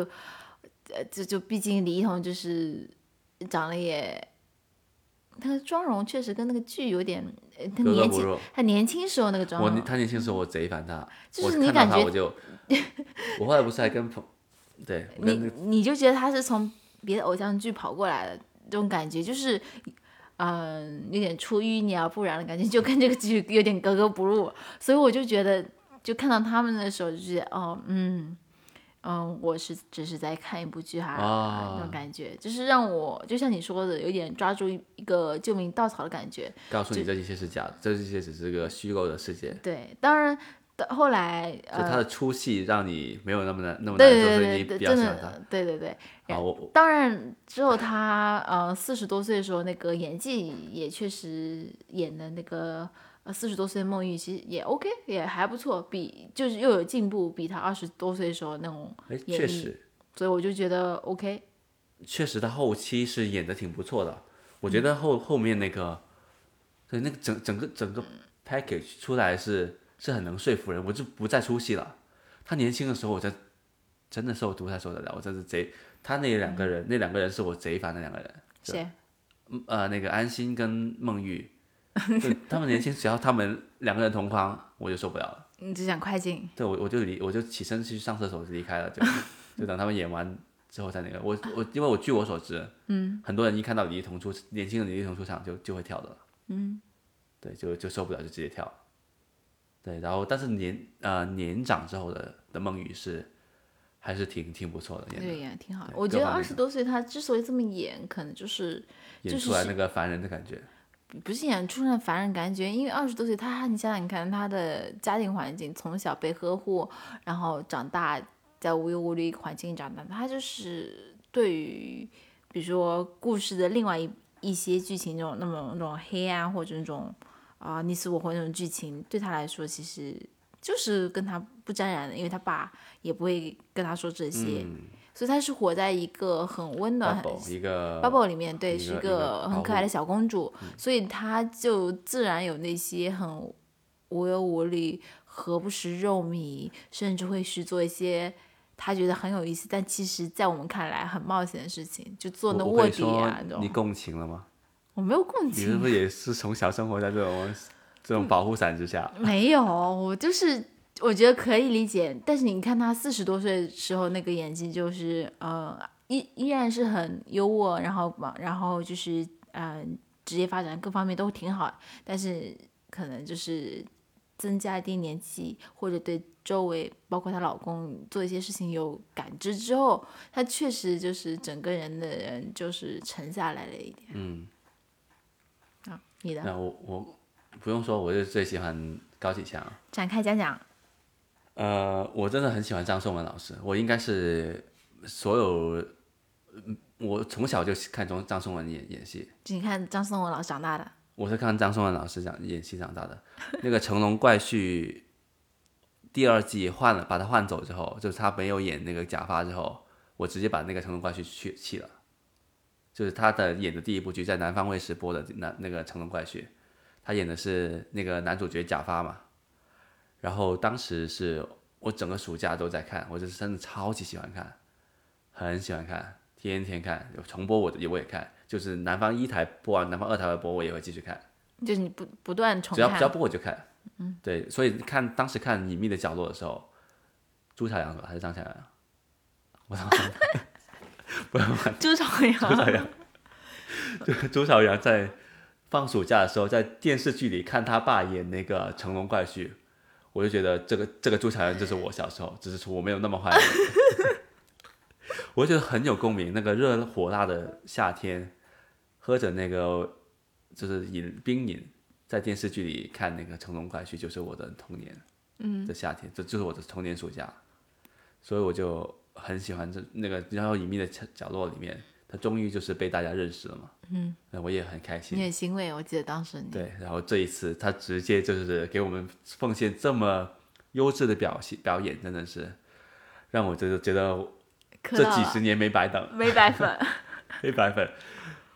Speaker 2: 呃，就就毕竟李一桐就是长得也，他的妆容确实跟那个剧有点，呃他
Speaker 1: 格格
Speaker 2: 年
Speaker 1: 不
Speaker 2: 轻
Speaker 1: 入，
Speaker 2: 他年轻时候那个妆
Speaker 1: 我
Speaker 2: 容，啊
Speaker 1: 他年轻时候我贼烦他，
Speaker 2: 就
Speaker 1: 我
Speaker 2: 是你
Speaker 1: 看到
Speaker 2: 感
Speaker 1: 他我
Speaker 2: 觉
Speaker 1: 就，我后来不是还跟朋，对，我
Speaker 2: 你
Speaker 1: 跟那个
Speaker 2: 你就觉得他是从别的偶像剧跑过来的这种感觉，就是。嗯，有点出淤泥而不染的感觉，就跟这个剧有点格格不入，所以我就觉得，就看到他们的时候，就觉得，哦，嗯，嗯，我是只是在看一部剧哈、
Speaker 1: 啊
Speaker 2: 那种感觉，就是让我就像你说的，有点抓住一一个救命稻草的感觉。
Speaker 1: 告诉你这一切是假的，这一切只是个虚构的世界。
Speaker 2: 对，当然到后来，
Speaker 1: 就他
Speaker 2: 呃，
Speaker 1: 的出戏让你没有那么难那么难
Speaker 2: 对
Speaker 1: 受，
Speaker 2: 对
Speaker 1: 所以
Speaker 2: 对
Speaker 1: 你
Speaker 2: 对，
Speaker 1: 比较
Speaker 2: 真
Speaker 1: 喜欢他。
Speaker 2: 的，对对对，
Speaker 1: 好，我我
Speaker 2: 当然，只有他呃四十多岁的时候，那个演技也确实演的那个呃四十多岁的孟玉，其实也 OK，也还不错，比就是又有进步，比他二十多岁的时候那种，
Speaker 1: 哎，
Speaker 2: 演
Speaker 1: 确
Speaker 2: 绎
Speaker 1: 实，
Speaker 2: 所以我就觉得 OK。
Speaker 1: 确实他后期是
Speaker 2: 嗯
Speaker 1: 演的挺不错的，我觉得后后面那个，对那个整整个整个 package package 出来是是很能说服人，我就不再出戏了。他年轻的时候，我真真的是我读他说的了，我真是贼。他那两
Speaker 2: 嗯
Speaker 1: 个人，那两个人是我贼烦的两个人，
Speaker 2: 谁？
Speaker 1: 嗯呃，那个安心跟孟玉， 就他们年轻，只要他们两个人同框，我就受不了了。
Speaker 2: 你嗯只想快进，
Speaker 1: 对，我我就离，我就起身去上厕所就离开了， 就就等他们演完之后再那个。我我因为我据我所知，嗯，很多人一看到李一桐出年轻的李一桐出场就就会跳的了，嗯，对，就就受不了就直接跳。对，然后但是年呃年长之后的的孟雨是还是挺挺不错的，演
Speaker 2: 对呀，挺好的。
Speaker 1: 对
Speaker 2: 我
Speaker 1: 各
Speaker 2: 觉得
Speaker 1: 方
Speaker 2: 二
Speaker 1: 面
Speaker 2: 十多岁他之所以这么演，可能就是
Speaker 1: 演
Speaker 2: 就是
Speaker 1: 出来那个凡人的感觉。
Speaker 2: 不是演出那烦人感觉，因为二十多岁他，你想想看，他的家庭环境从小被呵护，然后长大在无忧无虑环境长大，他就是对于比如说故事的另外一一些剧情这种那么那种黑暗或者那种啊、你死我活那种剧情，对他来说其实就是跟他不沾染的，因为他爸也不会跟他说这些，所以他是活在一个很温暖、很
Speaker 1: bubble 一个
Speaker 2: Bubble 里面，对，
Speaker 1: 呃一
Speaker 2: 是
Speaker 1: 个一嗯
Speaker 2: 个
Speaker 1: 个
Speaker 2: 很
Speaker 1: 保
Speaker 2: 可爱
Speaker 1: 护
Speaker 2: 的小公主，所以她就自然有那些很无忧无虑、何不食肉糜，甚至会去做一些她觉得很有意思，但其实在我们看来很冒险的事情，就做那
Speaker 1: 我我
Speaker 2: 卧
Speaker 1: 可以
Speaker 2: 底
Speaker 1: 说
Speaker 2: 啊那
Speaker 1: 你
Speaker 2: 种。
Speaker 1: 共情了 吗？
Speaker 2: 我没有共
Speaker 1: 你是
Speaker 2: 情，
Speaker 1: 不是也是从小生活在这 种这种保护伞之下？
Speaker 2: 没有，我就是我觉得可以理解，但是你看她四十多岁的时候那个演技，就是呃，依依然是很优渥，然后然后就是呃，职业发展各方面都挺好，但是可能就是增加一定年纪，或者对周围包括她老公做一些事情有感知之后，她确实就是整个人的人就是沉下来了一点。嗯，啊，你的
Speaker 1: 那我我不用说，我就最喜欢高启强。
Speaker 2: 展开讲讲，
Speaker 1: 呃，我真的很喜欢张颂文老师，我应该是所有，嗯我从小就看中张颂文演演戏，
Speaker 2: 就你看张颂文老师长大的。
Speaker 1: 我是看张颂文老师讲演戏长大的。那个《乘龙怪婿》第二季换了，把他换走之后，就是他没有演那个假发之后，我直接把那个《乘龙怪婿》去弃了。就是他的演的第一部剧在南方卫视播的那那个《乘龙怪婿》，他演的是那个男主角假发嘛。然后当时是我整个暑假都在看，我就是真的超级喜欢看，很喜欢看，天天看，有重播我的我也看，就是南方一台播完，南方二台会播，我也会继续看。
Speaker 2: 就是你不不断重
Speaker 1: 只要
Speaker 2: 看，
Speaker 1: 只要播我就看。嗯，对，所以看当时看《隐秘的角落》的时候，朱朝阳是吧还是张朝阳？啊我操，
Speaker 2: 朱朝阳，
Speaker 1: 朱朝阳在放暑假的时候，在电视剧里看他爸演那个《乘龙怪婿》，我就觉得这个这个朱朝阳就是我小时候，只是说我没有那么坏。 我就觉得很有共鸣。那个热火辣的夏天，喝着那个就是饮冰饮，在电视剧里看那个《乘龙快婿》，就是我的童年。嗯，的夏天，这就是我的童年暑假，所以我就很喜欢这那个《然后隐秘的角角落》里面，他终于就是被大家认识了嘛。嗯，那我也很开心
Speaker 2: 你。很欣慰，我记得当时你
Speaker 1: 对，然后这一次他直接就是给我们奉献这么优质的表现表演，真的是让我觉得觉得
Speaker 2: 磕
Speaker 1: 这
Speaker 2: 到
Speaker 1: 几
Speaker 2: 了
Speaker 1: 十年没白等。
Speaker 2: 没白 粉，
Speaker 1: 黑白粉。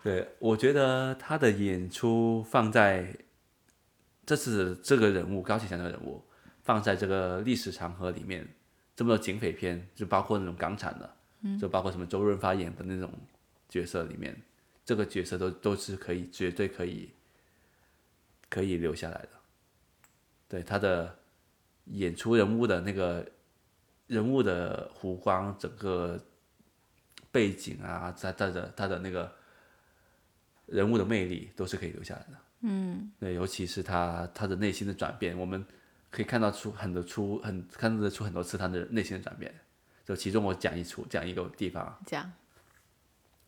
Speaker 1: 对，我觉得他的演出放在这次这个人物高启强的人物放在这个历史长河里面，这么多警匪片，就包括那种港产的，就包括什么周润发演的那种角色里面，这个角色都都是可以绝对可以可以留下来的。对他的演出人物的那个人物的弧光，整个背景啊，他他的他的那个人物的魅力都是可以留下来的。嗯，对，尤其是他他的内心的转变，我们可以看到出很多出很看得出很多次他的内心的转变。就其中我讲一处讲一个地方，
Speaker 2: 这样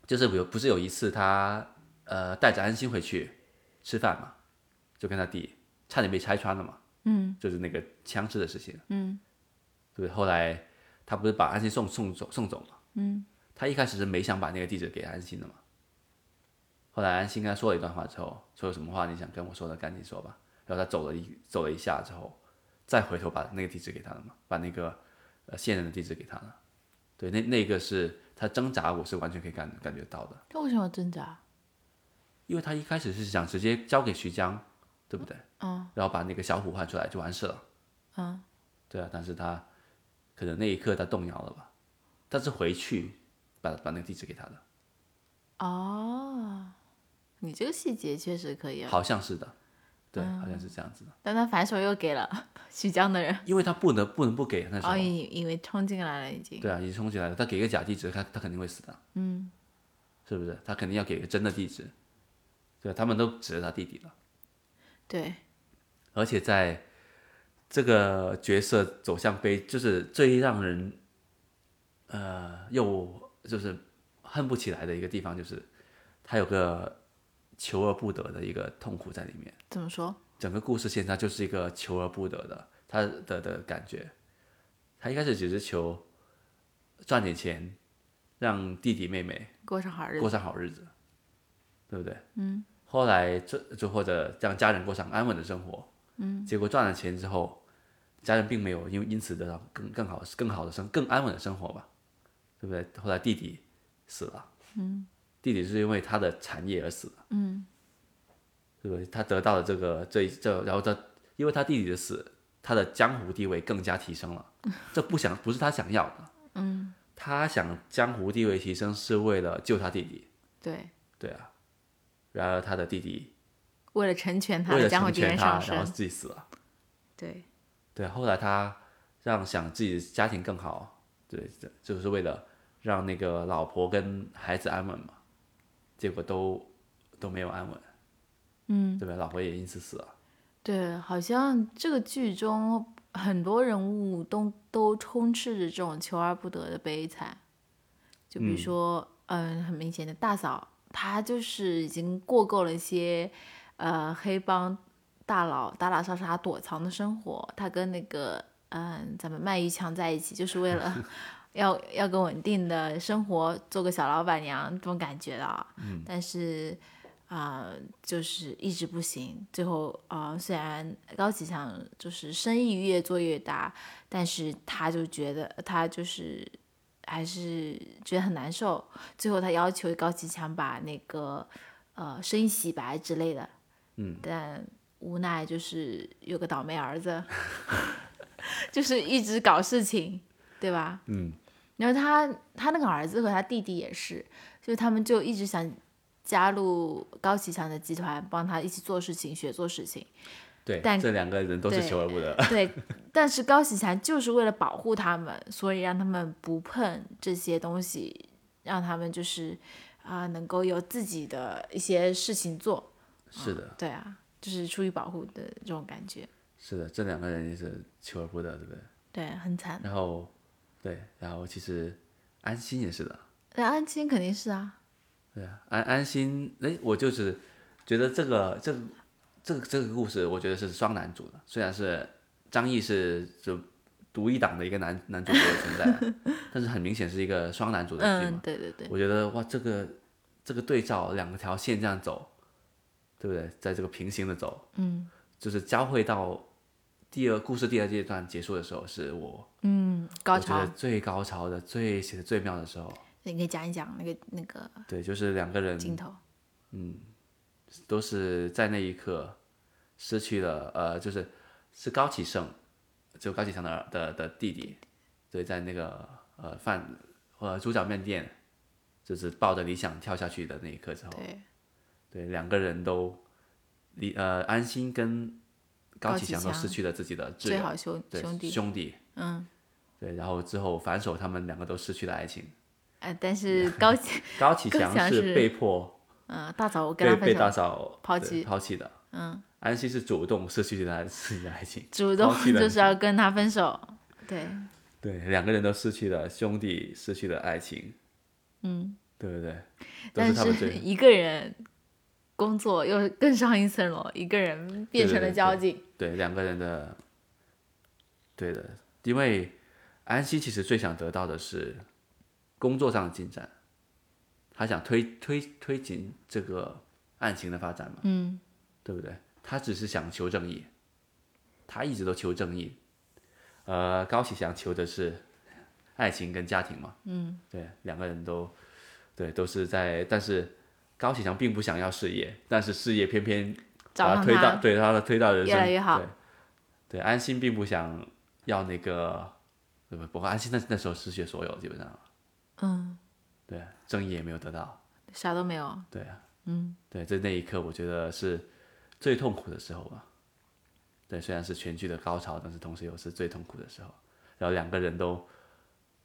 Speaker 1: 就是有不是有一次他呃带着安心回去吃饭嘛，就跟他弟差点被拆穿了嘛，嗯，就是那个枪支的事情，嗯，对，后来他不是把安心送送走送走嘛，嗯，他一开始是没想把那个地址给安心的嘛，后来安心跟他说了一段话之后，说有什么话你想跟我说的赶紧说吧，然后他走了一走了一下之后，再回头把那个地址给他了嘛，把那个呃现任的地址给他了，对，那那个是他挣扎，我是完全可以感感觉到的。
Speaker 2: 他为什么要挣扎？
Speaker 1: 因为他一开始是想直接交给徐江，对不对？嗯，然后把那个小虎唤出来就完事了。嗯，对啊，但是他可能那一刻他动摇了吧，但是回去把把那个地址给他的，
Speaker 2: 哦，你这个细节确实可以啊，
Speaker 1: 好像是的，对，好像是这样子的，
Speaker 2: 但他反手又给了 徐江的人，
Speaker 1: 因为他不能不能不给那时候，
Speaker 2: 哦，因因为冲进来了已经，
Speaker 1: 对啊，已经冲进来了，他给个假地址，他他肯定会死的，嗯，是不是？他肯定要给个真的地址，对啊，他们都指着他弟弟了。
Speaker 2: 对，
Speaker 1: 而且在这个角色走向悲，就是最让人呃又就是恨不起来的一个地方，就是他有个求而不得的一个痛苦在里面。
Speaker 2: 怎么说？
Speaker 1: 整个故事线它就是一个求而不得的，他的的感觉。他一开始只是求赚点钱，让弟弟妹妹
Speaker 2: 过上好日
Speaker 1: 过
Speaker 2: 子，
Speaker 1: 上好日子，对不对？嗯。后来这就或者让家人过上安稳的生活，嗯。结果赚了钱之后，家人并没有因因此得到更更好更好的生更安稳的生活吧，对不对？后来弟弟死了，嗯。弟弟是因为他的产业而死的，嗯。对不对？他得到了这个这一这，然后他因为他弟弟的死，他的江湖地位更加提 升了。这不想不是他想要的，嗯。他想江湖地位提升是为了救他弟弟，
Speaker 2: 对，
Speaker 1: 对啊，然而他的弟弟
Speaker 2: 为了成全他
Speaker 1: 为
Speaker 2: 的
Speaker 1: 了
Speaker 2: 江湖
Speaker 1: 成
Speaker 2: 敌
Speaker 1: 全
Speaker 2: 人
Speaker 1: 他
Speaker 2: 上，
Speaker 1: 然后
Speaker 2: 身，
Speaker 1: 自己死了。
Speaker 2: 对，
Speaker 1: 对，后来他让想自己家庭更好，对，这就是为了让那个老婆跟孩子安稳嘛，结果都都没有安稳，嗯，对吧？老婆也因此死了。
Speaker 2: 对，好像这个剧中很多人物都都充斥着这种求而不得的悲惨，就比如说，嗯、很明显的大嫂，她就是已经过够了一些，呃，黑帮大佬打打杀杀躲藏的生活，她跟那个嗯，咱们卖鱼强在一起，就是为了要要个稳定的生活，做个小老板娘这种感觉的啊。但是啊、就是一直不行。最后啊、虽然高启强就是生意越做越大，但是他就觉得他就是还是觉得很难受。最后他要求高启强把那个呃生意洗白之类的，嗯，但无奈就是有个倒霉儿子， 就是一直搞事情，对吧？嗯。然后他他那个儿子和他弟弟也是，就是他们就一直想加入高启强的集团，帮他一起做事情、学做事情。
Speaker 1: 对，
Speaker 2: 但
Speaker 1: 这两个人都是
Speaker 2: 对
Speaker 1: 求而不得。
Speaker 2: 对，但是高启强就是为了保护他们，所以让他们不碰这些东西，让他们就是啊、能够有自己的一些事情做。
Speaker 1: 是的，
Speaker 2: 对啊，就是出于保护的这种感觉。
Speaker 1: 是的，这两个人也是求而不得，对不对？
Speaker 2: 对，很惨。
Speaker 1: 然后，对，然后其实安心也是的，
Speaker 2: 那安青肯定是啊，
Speaker 1: 对啊，安安心，哎，我就是觉得这个这个这个这个故事，我觉得是双男主的，虽然是张译是就独一档的一个男男主角的存在啊， 但是很明显是一个双男主的剧
Speaker 2: 嗯
Speaker 1: 嘛。，
Speaker 2: 对对对，
Speaker 1: 我觉得哇，这个这个对照两条线这样走，对不对？在这个平行的走，嗯，就是交汇到第二故事第二阶段结束的时候，是我
Speaker 2: 嗯，高
Speaker 1: 我觉
Speaker 2: 潮
Speaker 1: 得，最高潮的、最写的最妙的时候。
Speaker 2: 你可以讲一讲那个那个
Speaker 1: 对，就是两个人
Speaker 2: 镜头，
Speaker 1: 都是在那一刻失去了，呃，就是是高启盛，就高启强的的的弟弟，对，在那个呃饭呃猪脚面店，就是抱着理想跳下去的那一刻之后，
Speaker 2: 对，
Speaker 1: 对，两个人都离呃安心跟高
Speaker 2: 高
Speaker 1: 启
Speaker 2: 启
Speaker 1: 强都
Speaker 2: 强
Speaker 1: 失去了自己的挚
Speaker 2: 最
Speaker 1: 友，
Speaker 2: 好兄
Speaker 1: 对
Speaker 2: 兄弟，
Speaker 1: 兄弟，嗯，对，然后之后反手他们两个都失去了爱情，
Speaker 2: 哎， 但是高启，
Speaker 1: 高启
Speaker 2: 高启
Speaker 1: 强
Speaker 2: 强是
Speaker 1: 是被迫。
Speaker 2: 嗯，大嫂，我跟
Speaker 1: 被
Speaker 2: 他分
Speaker 1: 被大
Speaker 2: 手，
Speaker 1: 嫂
Speaker 2: 抛
Speaker 1: 对
Speaker 2: 弃
Speaker 1: 抛弃的。嗯，安息是主动失去了自己的爱情，
Speaker 2: 主动
Speaker 1: 抛弃了
Speaker 2: 就是要跟他分手，对，
Speaker 1: 对，两个人都失去了兄弟，失去了爱情。嗯，对不对？都
Speaker 2: 但
Speaker 1: 他们最
Speaker 2: 一个人工作又更上一层楼，一个人变成了交警。
Speaker 1: 对两个人的，对的，因为安息其实最想得到的是工作上的进展，他想推推推进这个案情的发展嘛，嗯，对不对？他只是想求正义，他一直都求正义，呃，高启强求的是爱情跟家庭嘛，嗯，对，两个人都对都是在，但是高启强并不想要事业，但是事业偏偏
Speaker 2: 找
Speaker 1: 把
Speaker 2: 上
Speaker 1: 推到
Speaker 2: 他，
Speaker 1: 对把他推到人生
Speaker 2: 越来越好
Speaker 1: 对，对，安心并不想要那个，对吧？不过安心那那时候失去所有，基本上
Speaker 2: 嗯，
Speaker 1: 对正义也没有得到，
Speaker 2: 啥都没有，
Speaker 1: 对啊，
Speaker 2: 嗯，
Speaker 1: 对，在那一刻我觉得是最痛苦的时候吧。对，虽然是全剧的高潮，但是同时又是最痛苦的时候。然后两个人都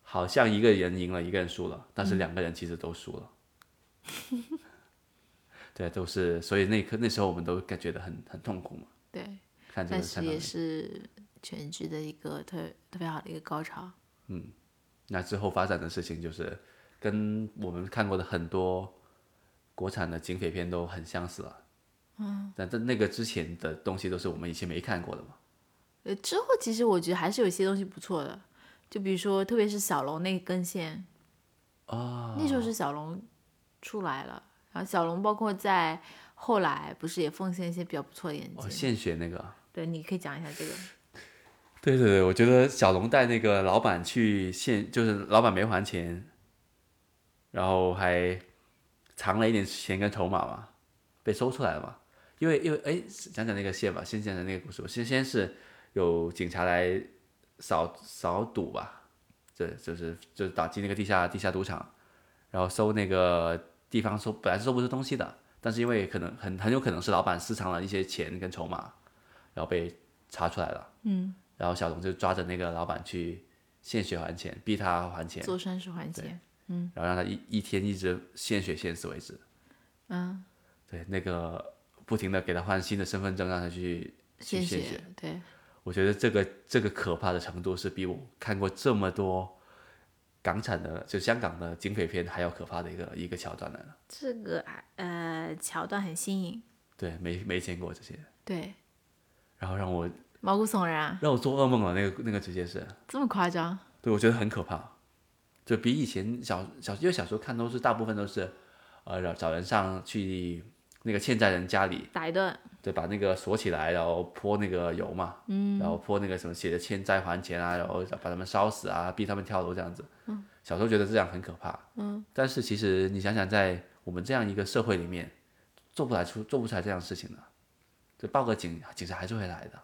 Speaker 1: 好像一个人赢了，一个人输了，但
Speaker 2: 嗯
Speaker 1: 是两个人其实都输了。 对，都是，所以那一刻那时候我们都感觉得很很痛苦嘛。
Speaker 2: 对，
Speaker 1: 看这个
Speaker 2: 但
Speaker 1: 看
Speaker 2: 是
Speaker 1: 到
Speaker 2: 也是全剧的一个特特别好的一个高潮，
Speaker 1: 那之后发展的事情，就是跟我们看过的很多国产的警匪片都很相似了。嗯，但在那个之前的东西都是我们以前没看过的嘛。
Speaker 2: 呃，之后其实我觉得还是有一些东西不错的，就比如说，特别是小龙那根线，啊，那时候是小龙出来了，然后小龙包括在后来不是也奉献一些比较不错的演技，
Speaker 1: 哦，献血那个。
Speaker 2: 对，你可以讲一下这个，
Speaker 1: 对对对，我觉得小龙带那个老板去献，就是老板没还钱，然后还藏了一点钱跟筹码嘛，被搜出来了嘛。因为因为哎，讲讲那个线吧，先讲讲那个故事吧。先先是有警察来扫扫赌吧，这就是就是打击那个地下地下赌场，然后搜那个地方搜，本来是搜不出东西的，但是因为可能很很有可能是老板私藏了一些钱跟筹码，然后被查出来了。然后小龙就抓着那个老板去献血还钱，逼他还钱，
Speaker 2: 做善事还钱，
Speaker 1: 然后让他一一天一直献血献死为止。
Speaker 2: 嗯，
Speaker 1: 对，那个不停的给他换新的身份证，让他去去
Speaker 2: 献
Speaker 1: 献
Speaker 2: 血，对，
Speaker 1: 我觉得这个这个可怕的程度是比我看过这么多港产的，就香港的警匪片还要可怕的一个一个桥段来了。
Speaker 2: 这个呃桥段很新颖，
Speaker 1: 对，没没见过这些，
Speaker 2: 对，
Speaker 1: 然后让我
Speaker 2: 毛骨悚然，
Speaker 1: 让我做噩梦了，那个那个直接是。
Speaker 2: 这么夸张，
Speaker 1: 对，我觉得很可怕，就比以前小小，因为小时候看都是大部分都是，呃，找找人上去那个欠债人家里，
Speaker 2: 打一顿，
Speaker 1: 对，把那个锁起来，然后泼那个油嘛，嗯，然后泼那个什么写着欠债还钱啊，然后把他们烧死啊，逼他们跳楼这样子。嗯，小时候觉得这样很可怕，嗯，但是其实你想想，在我们这样一个社会里面，做不来出做不出来这样的事情的，就报个警，警察还是会来的，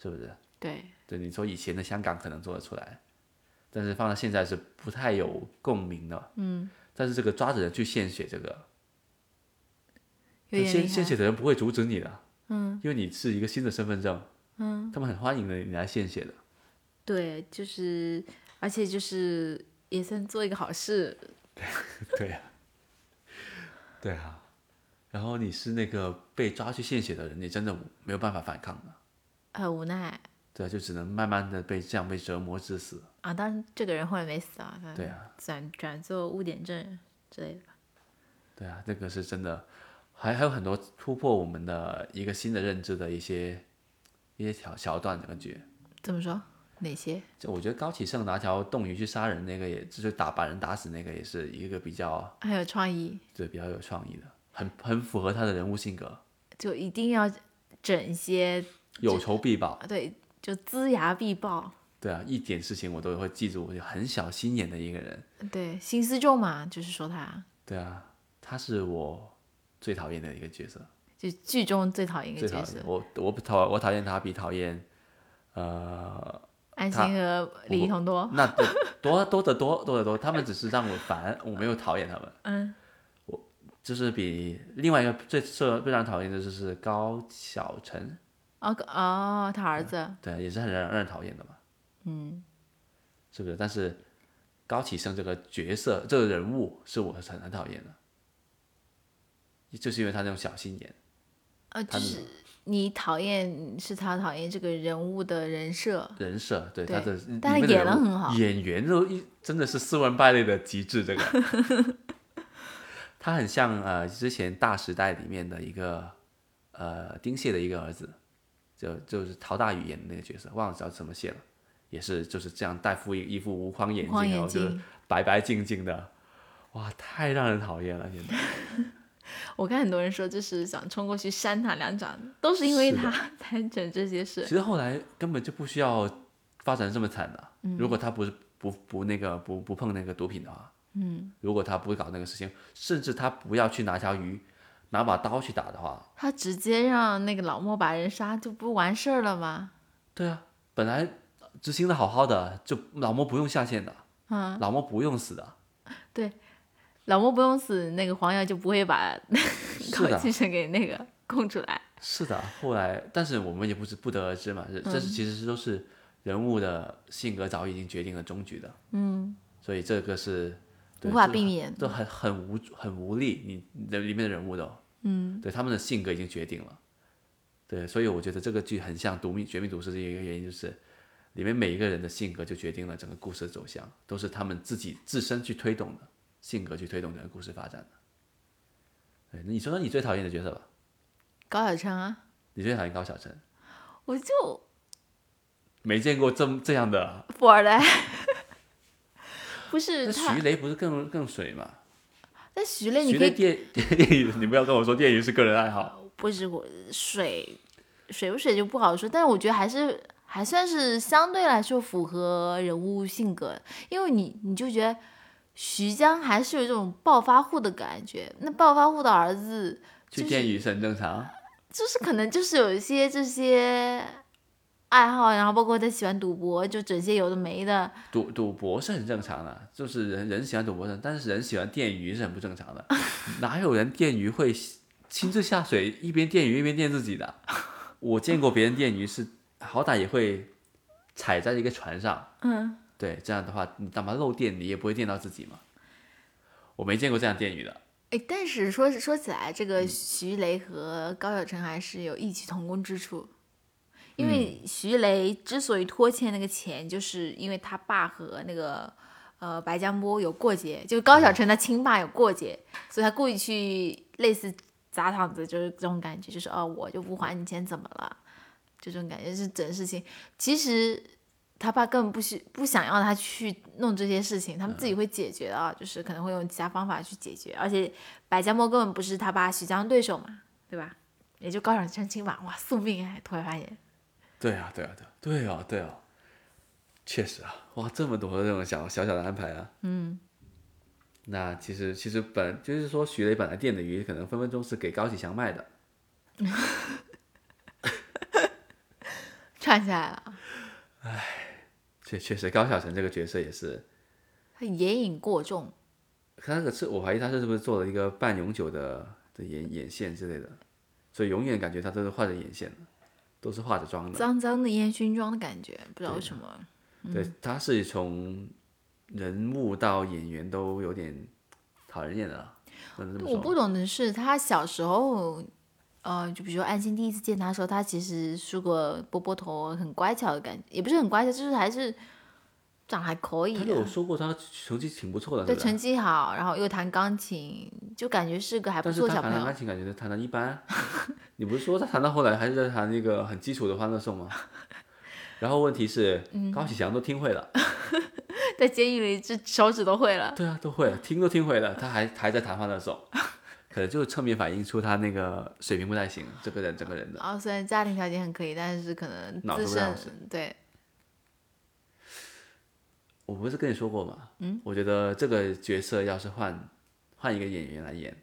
Speaker 1: 是不是？
Speaker 2: 对，
Speaker 1: 对，你说以前的香港可能做得出来，但是放到现在是不太有共鸣的。嗯，但是这个抓着人去献血，这个
Speaker 2: 有点
Speaker 1: 献
Speaker 2: 厉
Speaker 1: 献
Speaker 2: 害，
Speaker 1: 血的人不会阻止你的。嗯，因为你是一个新的身份证。嗯，他们很欢迎的你来献血的。
Speaker 2: 对，就是，而且就是也算做一个好事，
Speaker 1: 对呀、对啊。然后你是那个被抓去献血的人，你真的没有办法反抗的。
Speaker 2: 很无奈
Speaker 1: 对啊，就只能慢慢的被这样被折磨致死。
Speaker 2: 啊。当然，这个人后来没死啊，他
Speaker 1: 对啊，
Speaker 2: 转转做污点证之类的吧。
Speaker 1: 对啊，这个是真的，还还有很多突破我们的一个新的认知的一些一些小桥段的感觉。
Speaker 2: 怎么说？哪些？
Speaker 1: 就我觉得高启盛拿条冻鱼去杀人那个也，就是打把人打死那个，也是一个比较
Speaker 2: 很有创意，
Speaker 1: 对比较有创意的，很很符合他的人物性格，
Speaker 2: 就一定要整一些，
Speaker 1: 有仇必报。
Speaker 2: 啊对，就锱牙必报，
Speaker 1: 对啊，一点事情我都会记住，我就很小心眼的一个人。
Speaker 2: 对，心思重嘛，就是说他，
Speaker 1: 对啊，他是我最讨厌的一个角色。
Speaker 2: 就剧中最讨厌一个
Speaker 1: 最讨
Speaker 2: 角
Speaker 1: 厌
Speaker 2: 色，
Speaker 1: 我我不讨我讨厌他比讨厌呃
Speaker 2: 安心和李一桐多，
Speaker 1: 那得多多得多多得多，他们只是让我烦，我没有讨厌他们。嗯，我就是比另外一个最最最让人讨厌的就是高晓晨，
Speaker 2: 哦哦，他儿子，
Speaker 1: 对，也是很让让人讨厌的嘛。嗯，是不是？但是高启盛这个角色，这个人物是我很很讨厌的，就是因为他那种小心眼。
Speaker 2: 呃，
Speaker 1: 他
Speaker 2: 就
Speaker 1: 那
Speaker 2: 是你讨厌是他讨厌这个人物的人设，
Speaker 1: 人设，对
Speaker 2: 对
Speaker 1: 他的，
Speaker 2: 但他
Speaker 1: 里面的
Speaker 2: 演得
Speaker 1: 人物
Speaker 2: 很好
Speaker 1: 演员都一真的是斯文败类的极致。这个， 他很像呃之前《大时代》里面的一个呃丁蟹的一个儿子，就就是陶大宇演的那个角色，忘了叫什么蟹了，也是就是这样戴副一副无框眼
Speaker 2: 无框
Speaker 1: 镜，然
Speaker 2: 眼
Speaker 1: 后就是
Speaker 2: 镜
Speaker 1: 白白净净的，哇，太让人讨厌了！现在
Speaker 2: 我看很多人说，就是想冲过去扇他两掌，都是因为
Speaker 1: 是的
Speaker 2: 他 才整这些事
Speaker 1: 其。实后来根本就不需要发展这么惨的、如果他不是不不那个不不碰那个毒品的话。如果他不会搞那个事情，甚至他不要去拿条鱼，拿把刀去打的话，
Speaker 2: 他直接让那个老莫把人杀，就不完事儿了吗？
Speaker 1: 对啊，本来执行的好好的，就老莫不用下线的，
Speaker 2: 嗯，
Speaker 1: 老莫不用死的，
Speaker 2: 老莫不用死，那个黄瑶就不会把
Speaker 1: 是
Speaker 2: 高
Speaker 1: 的
Speaker 2: 继承给那个供出来。
Speaker 1: 是的。后来，但是我们也不知不得而知嘛，这
Speaker 2: 嗯
Speaker 1: 这是其实是都是人物的性格早已经决定了终局的，嗯，所以这个是对
Speaker 2: 无法
Speaker 1: 这
Speaker 2: 避免
Speaker 1: 都很很无很无力，你你的里面的人物都，嗯，对他们的性格已经决定了，对，所以我觉得这个剧很像《毒命绝命毒师》的一个原因就是，里面每一个人的性格就决定了整个故事的走向，都是他们自己自身去推动的，性格去推动整个故事发展的。对，你说说你最讨厌的角色吧，
Speaker 2: 高晓晨啊，
Speaker 1: 你最讨厌高晓晨，
Speaker 2: 我就
Speaker 1: 没见过这么这样的。啊
Speaker 2: 富二代，哎 不是
Speaker 1: 那
Speaker 2: 他
Speaker 1: 徐，雷不是更更水吗？
Speaker 2: 但徐磊你
Speaker 1: 徐
Speaker 2: 可
Speaker 1: 雷
Speaker 2: 以
Speaker 1: 电电 影，你不要跟我说电影是个人爱好。
Speaker 2: 不是我水水不水就不好说，但是我觉得还是还算是相对来说符合人物性格，因为你你就觉得徐江还是有这种暴发户的感觉，那暴发户的儿子
Speaker 1: 去
Speaker 2: 就是
Speaker 1: 电影是很正常。啊
Speaker 2: 就是可能就是有一些这些爱好，然后包括他喜欢赌博，就整些有的没的，
Speaker 1: 赌赌博是很正常的，啊就是人人喜欢赌博是，但是人喜欢电鱼是很不正常 的。啊哪有人电鱼会亲自下水，一边电鱼一边电自己的？啊我见过别人电鱼是好歹也会踩在一个船上，
Speaker 2: 嗯，
Speaker 1: 对，这样的话你哪怕漏电，你也不会电到自己嘛。我没见过这样电鱼的，
Speaker 2: 哎，但是说说起来，这个徐雷和高晓晨还是有异曲同工之处，因为徐雷之所以拖欠那个钱，就是因为他爸和那个呃白江波有过节，就是高晓晨他亲爸有过节，所以他故意去类似砸场子，就是这种感觉，就是哦，我就不还你钱怎么了？就这种感觉是整事情，其实他爸根本不需不想要他去弄这些事情，他们自己会解决的啊，就是可能会用其他方法去解决。而且白嘉默根本不是他爸徐江对手嘛，对吧？也就高晓晨亲吧，哇，宿命哎！突然发现，
Speaker 1: 对啊，对啊，对啊，对啊，对啊，确实啊，哇，这么多的这种小小小的安排啊，嗯，那其实其实本就是说，徐雷本来电的鱼可能分分钟是给高启强卖的，
Speaker 2: 串起来了啊，
Speaker 1: 确确实高晓晨这个角色也是，
Speaker 2: 他眼影过重，
Speaker 1: 他那个是我怀疑他是不是做了一个半永久的的眼眼线之类的，所以永远感觉他都是画着眼线的，都是化着妆的，
Speaker 2: 脏脏的烟熏妆的感觉，不知道为什么。
Speaker 1: 对，他是从人物到演员都有点讨人厌的了，不能这么
Speaker 2: 我
Speaker 1: 说。
Speaker 2: 不懂的是，他小时候，呃，就比如说安心第一次见他的时候，他其实梳个波波头，很乖巧的感觉，也不是很乖巧，就是还是长得还可以
Speaker 1: 他
Speaker 2: 的。
Speaker 1: 有说过他成绩挺不错的，
Speaker 2: 对，
Speaker 1: 是不是
Speaker 2: 成绩好，然后又弹钢琴，就感觉是个还不
Speaker 1: 但是
Speaker 2: 错
Speaker 1: 他
Speaker 2: 小
Speaker 1: 弹
Speaker 2: 朋
Speaker 1: 弹
Speaker 2: 友
Speaker 1: 钢。琴感觉弹的一般。 你不是说他弹到后来还是在弹那个很基础的《欢乐颂》吗？ 然后问题是，
Speaker 2: 嗯
Speaker 1: 高启强都听会了，
Speaker 2: 在监狱里，这手指都会了。
Speaker 1: 对啊，都会了，听都听会了，他还还在弹《欢乐颂》， 可能就是侧面反映出他那个水平不太行，这个人整个人的。
Speaker 2: 啊、虽然家庭条件很可以，但是可能
Speaker 1: 脑
Speaker 2: 自
Speaker 1: 子不太
Speaker 2: 身
Speaker 1: 好使
Speaker 2: 对
Speaker 1: 我不是跟你说过吗？嗯，我觉得这个角色要是换换一个演员来演，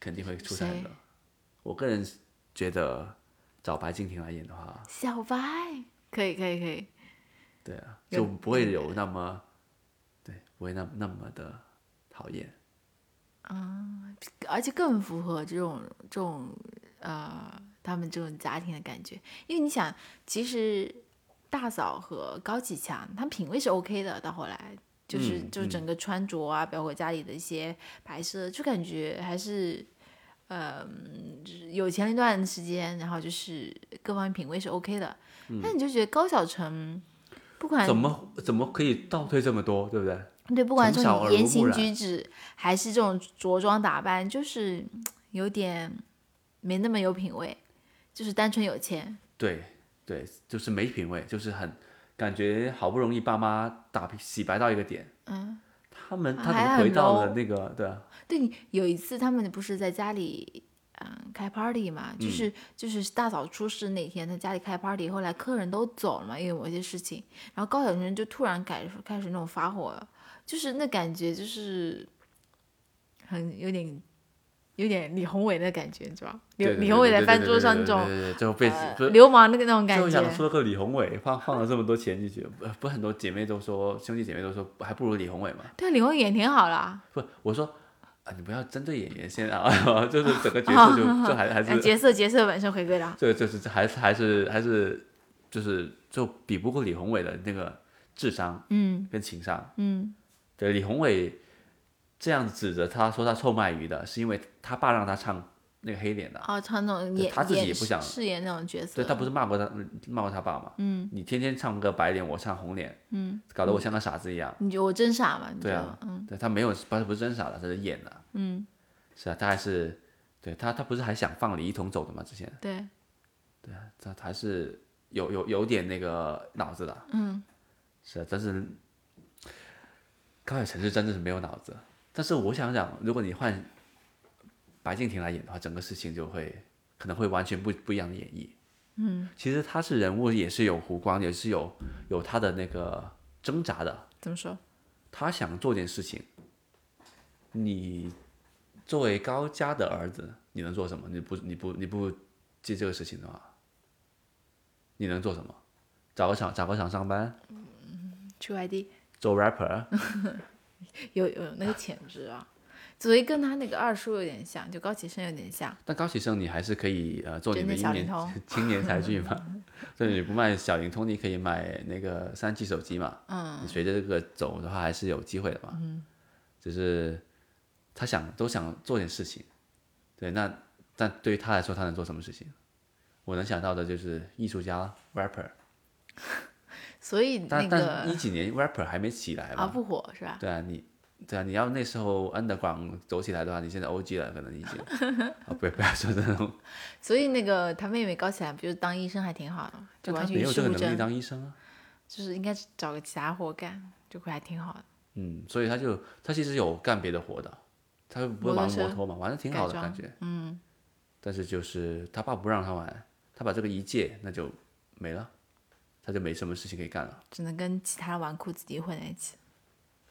Speaker 1: 肯定会出彩
Speaker 2: 谁
Speaker 1: 的。我个人觉得找白敬亭来演的话，
Speaker 2: 小白可以可以可以，
Speaker 1: 对啊，
Speaker 2: 有
Speaker 1: 就不会有那么，对，不会那那么的讨厌。
Speaker 2: 而且更符合这种这种呃他们这种家庭的感觉，因为你想，其实大嫂和高启强他们品味是 OK 的，到后来就是、
Speaker 1: 嗯
Speaker 2: 就是整个穿着啊，包括家里的一些摆设，就感觉还是。呃，就是有前一段时间，然后就是各方面品味是 OK 的，但你就觉得高晓晨，不管
Speaker 1: 嗯怎么怎么可以倒退这么多，对不对？
Speaker 2: 对，不管
Speaker 1: 从
Speaker 2: 说
Speaker 1: 小耳濡
Speaker 2: 你言
Speaker 1: 目
Speaker 2: 行
Speaker 1: 染
Speaker 2: 举止，还是这种着装打扮，就是嗯有点没那么有品味，就是单纯有钱。
Speaker 1: 对对，就是没品味，就是很感觉好不容易爸妈打拼洗白到一个点，
Speaker 2: 嗯，
Speaker 1: 他们
Speaker 2: 啊
Speaker 1: 他怎
Speaker 2: 还
Speaker 1: 么
Speaker 2: 很
Speaker 1: 回到了
Speaker 2: low
Speaker 1: 那个对啊，
Speaker 2: 对你有一次他们不是在家里嗯开 party 嘛，就是、就是大嫂出事那天，在家里开 party，后来客人都走了嘛，因为某些事情，然后高晓晨就突然开始开始那种发火，就是那感觉就是很有点有点李宏伟的感觉，你知道吧？李
Speaker 1: 对对
Speaker 2: 李
Speaker 1: 对
Speaker 2: 宏伟
Speaker 1: 对
Speaker 2: 在
Speaker 1: 对
Speaker 2: 饭
Speaker 1: 对
Speaker 2: 桌
Speaker 1: 对
Speaker 2: 上
Speaker 1: 对
Speaker 2: 那种
Speaker 1: 对对对最后被
Speaker 2: 呃
Speaker 1: 不是
Speaker 2: 流氓的那种感
Speaker 1: 就想
Speaker 2: 觉，
Speaker 1: 说个李宏伟，放放了这么多钱进去，不不是很多姐妹都说兄弟姐妹都说还不如李宏伟嘛？
Speaker 2: 对李宏伟也挺好啦，
Speaker 1: 不，我说啊，你不要针对演员先啊， 就是整个角色就就还还是
Speaker 2: 哎角色角色本身回归了，
Speaker 1: 这就是这还是还是还是就是就比不过李宏伟的那个智商
Speaker 2: 嗯
Speaker 1: 跟情商。
Speaker 2: 嗯，
Speaker 1: 对，李宏伟这样指着他说他臭卖鱼的，是因为他爸让他唱那个黑脸的。
Speaker 2: 哦，他那种
Speaker 1: 对
Speaker 2: 演
Speaker 1: 他自己
Speaker 2: 演
Speaker 1: 也不想
Speaker 2: 饰演那种角色，
Speaker 1: 对他不是骂过他骂过他爸吗？嗯，你天天唱个白脸，我唱红脸，嗯，搞得我像个傻子一样。
Speaker 2: 你觉得我真傻吗？你觉
Speaker 1: 对
Speaker 2: 得
Speaker 1: 啊
Speaker 2: 吗？，嗯
Speaker 1: 对他没有，不是不是真傻的，他是演的。嗯，是啊，他还是对他他不是还想放李一桐走的吗？之前
Speaker 2: 对，
Speaker 1: 他他还是有有有点那个脑子的。嗯，是啊，但是高晓晨是真的是没有脑子。但是我想想，如果你换白敬亭来演的话，整个事情就会可能会完全不不一样的演绎。嗯，其实他是人物也是有弧光，也是有有他的那个挣扎的。
Speaker 2: 怎么说？
Speaker 1: 他想做点事情，你作为高家的儿子，你能做什么？你不你不你不接这个事情的话，你能做什么？找个厂找个厂上班，
Speaker 2: 去外地
Speaker 1: 做 rapper，啊
Speaker 2: 有有那个潜质啊，所以跟他那个二叔有点像，就高启盛有点像。
Speaker 1: 但高启盛你还是可以呃做你
Speaker 2: 整
Speaker 1: 们
Speaker 2: 点
Speaker 1: 英
Speaker 2: 小灵
Speaker 1: 年
Speaker 2: 通
Speaker 1: 青年才俊 嘛。所以你不卖小灵通，你可以买那个三 G 手机嘛。嗯，你随着这个走的话，还是有机会的嘛。嗯，只是他想都想做点事情，对，那但对于他来说，他能做什么事情？我能想到的就是艺术家 rapper，
Speaker 2: 所以那
Speaker 1: 但、但
Speaker 2: 个
Speaker 1: 一几年 rapper 还没起来嘛。
Speaker 2: 啊不火是吧？
Speaker 1: 对啊，你对啊，你要那时候 underground 走起来的话，你现在 OG 了，可能已经啊，不不要说这种，
Speaker 2: 所以那个他妹妹高启来不就是当医生还挺好的，就
Speaker 1: 但
Speaker 2: 完
Speaker 1: 他
Speaker 2: 全
Speaker 1: 没
Speaker 2: 与
Speaker 1: 有这
Speaker 2: 世
Speaker 1: 个
Speaker 2: 无
Speaker 1: 能力
Speaker 2: 争，
Speaker 1: 当医生啊。
Speaker 2: 就是应该找个其他活干，就会还挺好的。
Speaker 1: 嗯，所以他就他其实有干别的活的，他不是
Speaker 2: 摩托
Speaker 1: 玩摩
Speaker 2: 车
Speaker 1: 托嘛，玩的挺
Speaker 2: 改
Speaker 1: 好的
Speaker 2: 装
Speaker 1: 感觉。嗯，但是就是他爸不让他玩，他把这个一戒，那就没了，他就没什么事情可以干了。
Speaker 2: 只能跟其他纨绔子弟混在一起。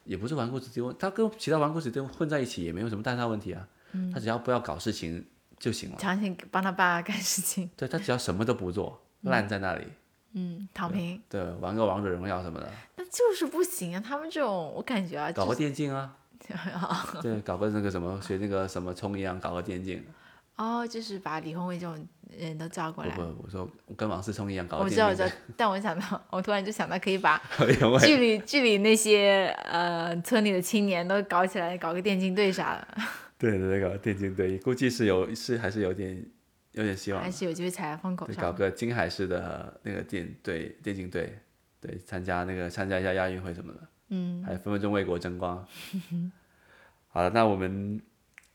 Speaker 1: 也不是纨绔子弟混，他跟其他纨绔子弟混在一起也没有什么太大问题啊。
Speaker 2: 嗯
Speaker 1: 他只要不要搞事情就行了。
Speaker 2: 强行帮他爸 干事情，
Speaker 1: 对他只要什么都不做，烂在那里，
Speaker 2: 嗯，躺平，
Speaker 1: 对，玩个王者荣耀什么的，
Speaker 2: 那就是不行啊！他们这种，我感觉啊，
Speaker 1: 搞
Speaker 2: 啊就
Speaker 1: 个
Speaker 2: 是
Speaker 1: 电竞 啊，对，搞个那个什么学那个什么冲一样，搞个电竞。
Speaker 2: 哦，就是把李宏伟这种人都叫过
Speaker 1: 不
Speaker 2: 来
Speaker 1: 不。，我说跟王思聪一样搞
Speaker 2: 我
Speaker 1: 个
Speaker 2: 知道，我
Speaker 1: 电
Speaker 2: 知
Speaker 1: 竞
Speaker 2: 道，但我想到，我突然就想到可以把
Speaker 1: 的，因为
Speaker 2: 剧里剧里那些呃村里的青年都搞起来，搞个电竞队啥的，
Speaker 1: 对对对，搞电竞队估计是有是还是有点有点希望
Speaker 2: 还
Speaker 1: 的，
Speaker 2: 是有机会踩在风口
Speaker 1: 对，
Speaker 2: 上
Speaker 1: 搞
Speaker 2: 的。
Speaker 1: 个金海市的那个电队电竞队，对，参加那个参加一下亚运会什么的，嗯，还分分钟为国争 光。好了，那我们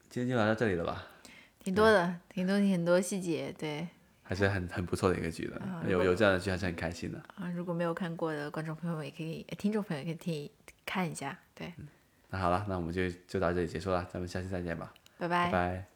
Speaker 1: 今天就聊到这里了吧，
Speaker 2: 挺
Speaker 1: 嗯
Speaker 2: 多的，挺多很多细节。对
Speaker 1: 还是很很不错的一个剧的，有有这样的剧还是很开心的。
Speaker 2: 啊，如果没有看过的观众朋友们也可以，呃听众朋友也可以听看一下。对，
Speaker 1: 嗯那好了，那我们就就到这里结束了，咱们下期再见吧，
Speaker 2: 拜拜
Speaker 1: 拜拜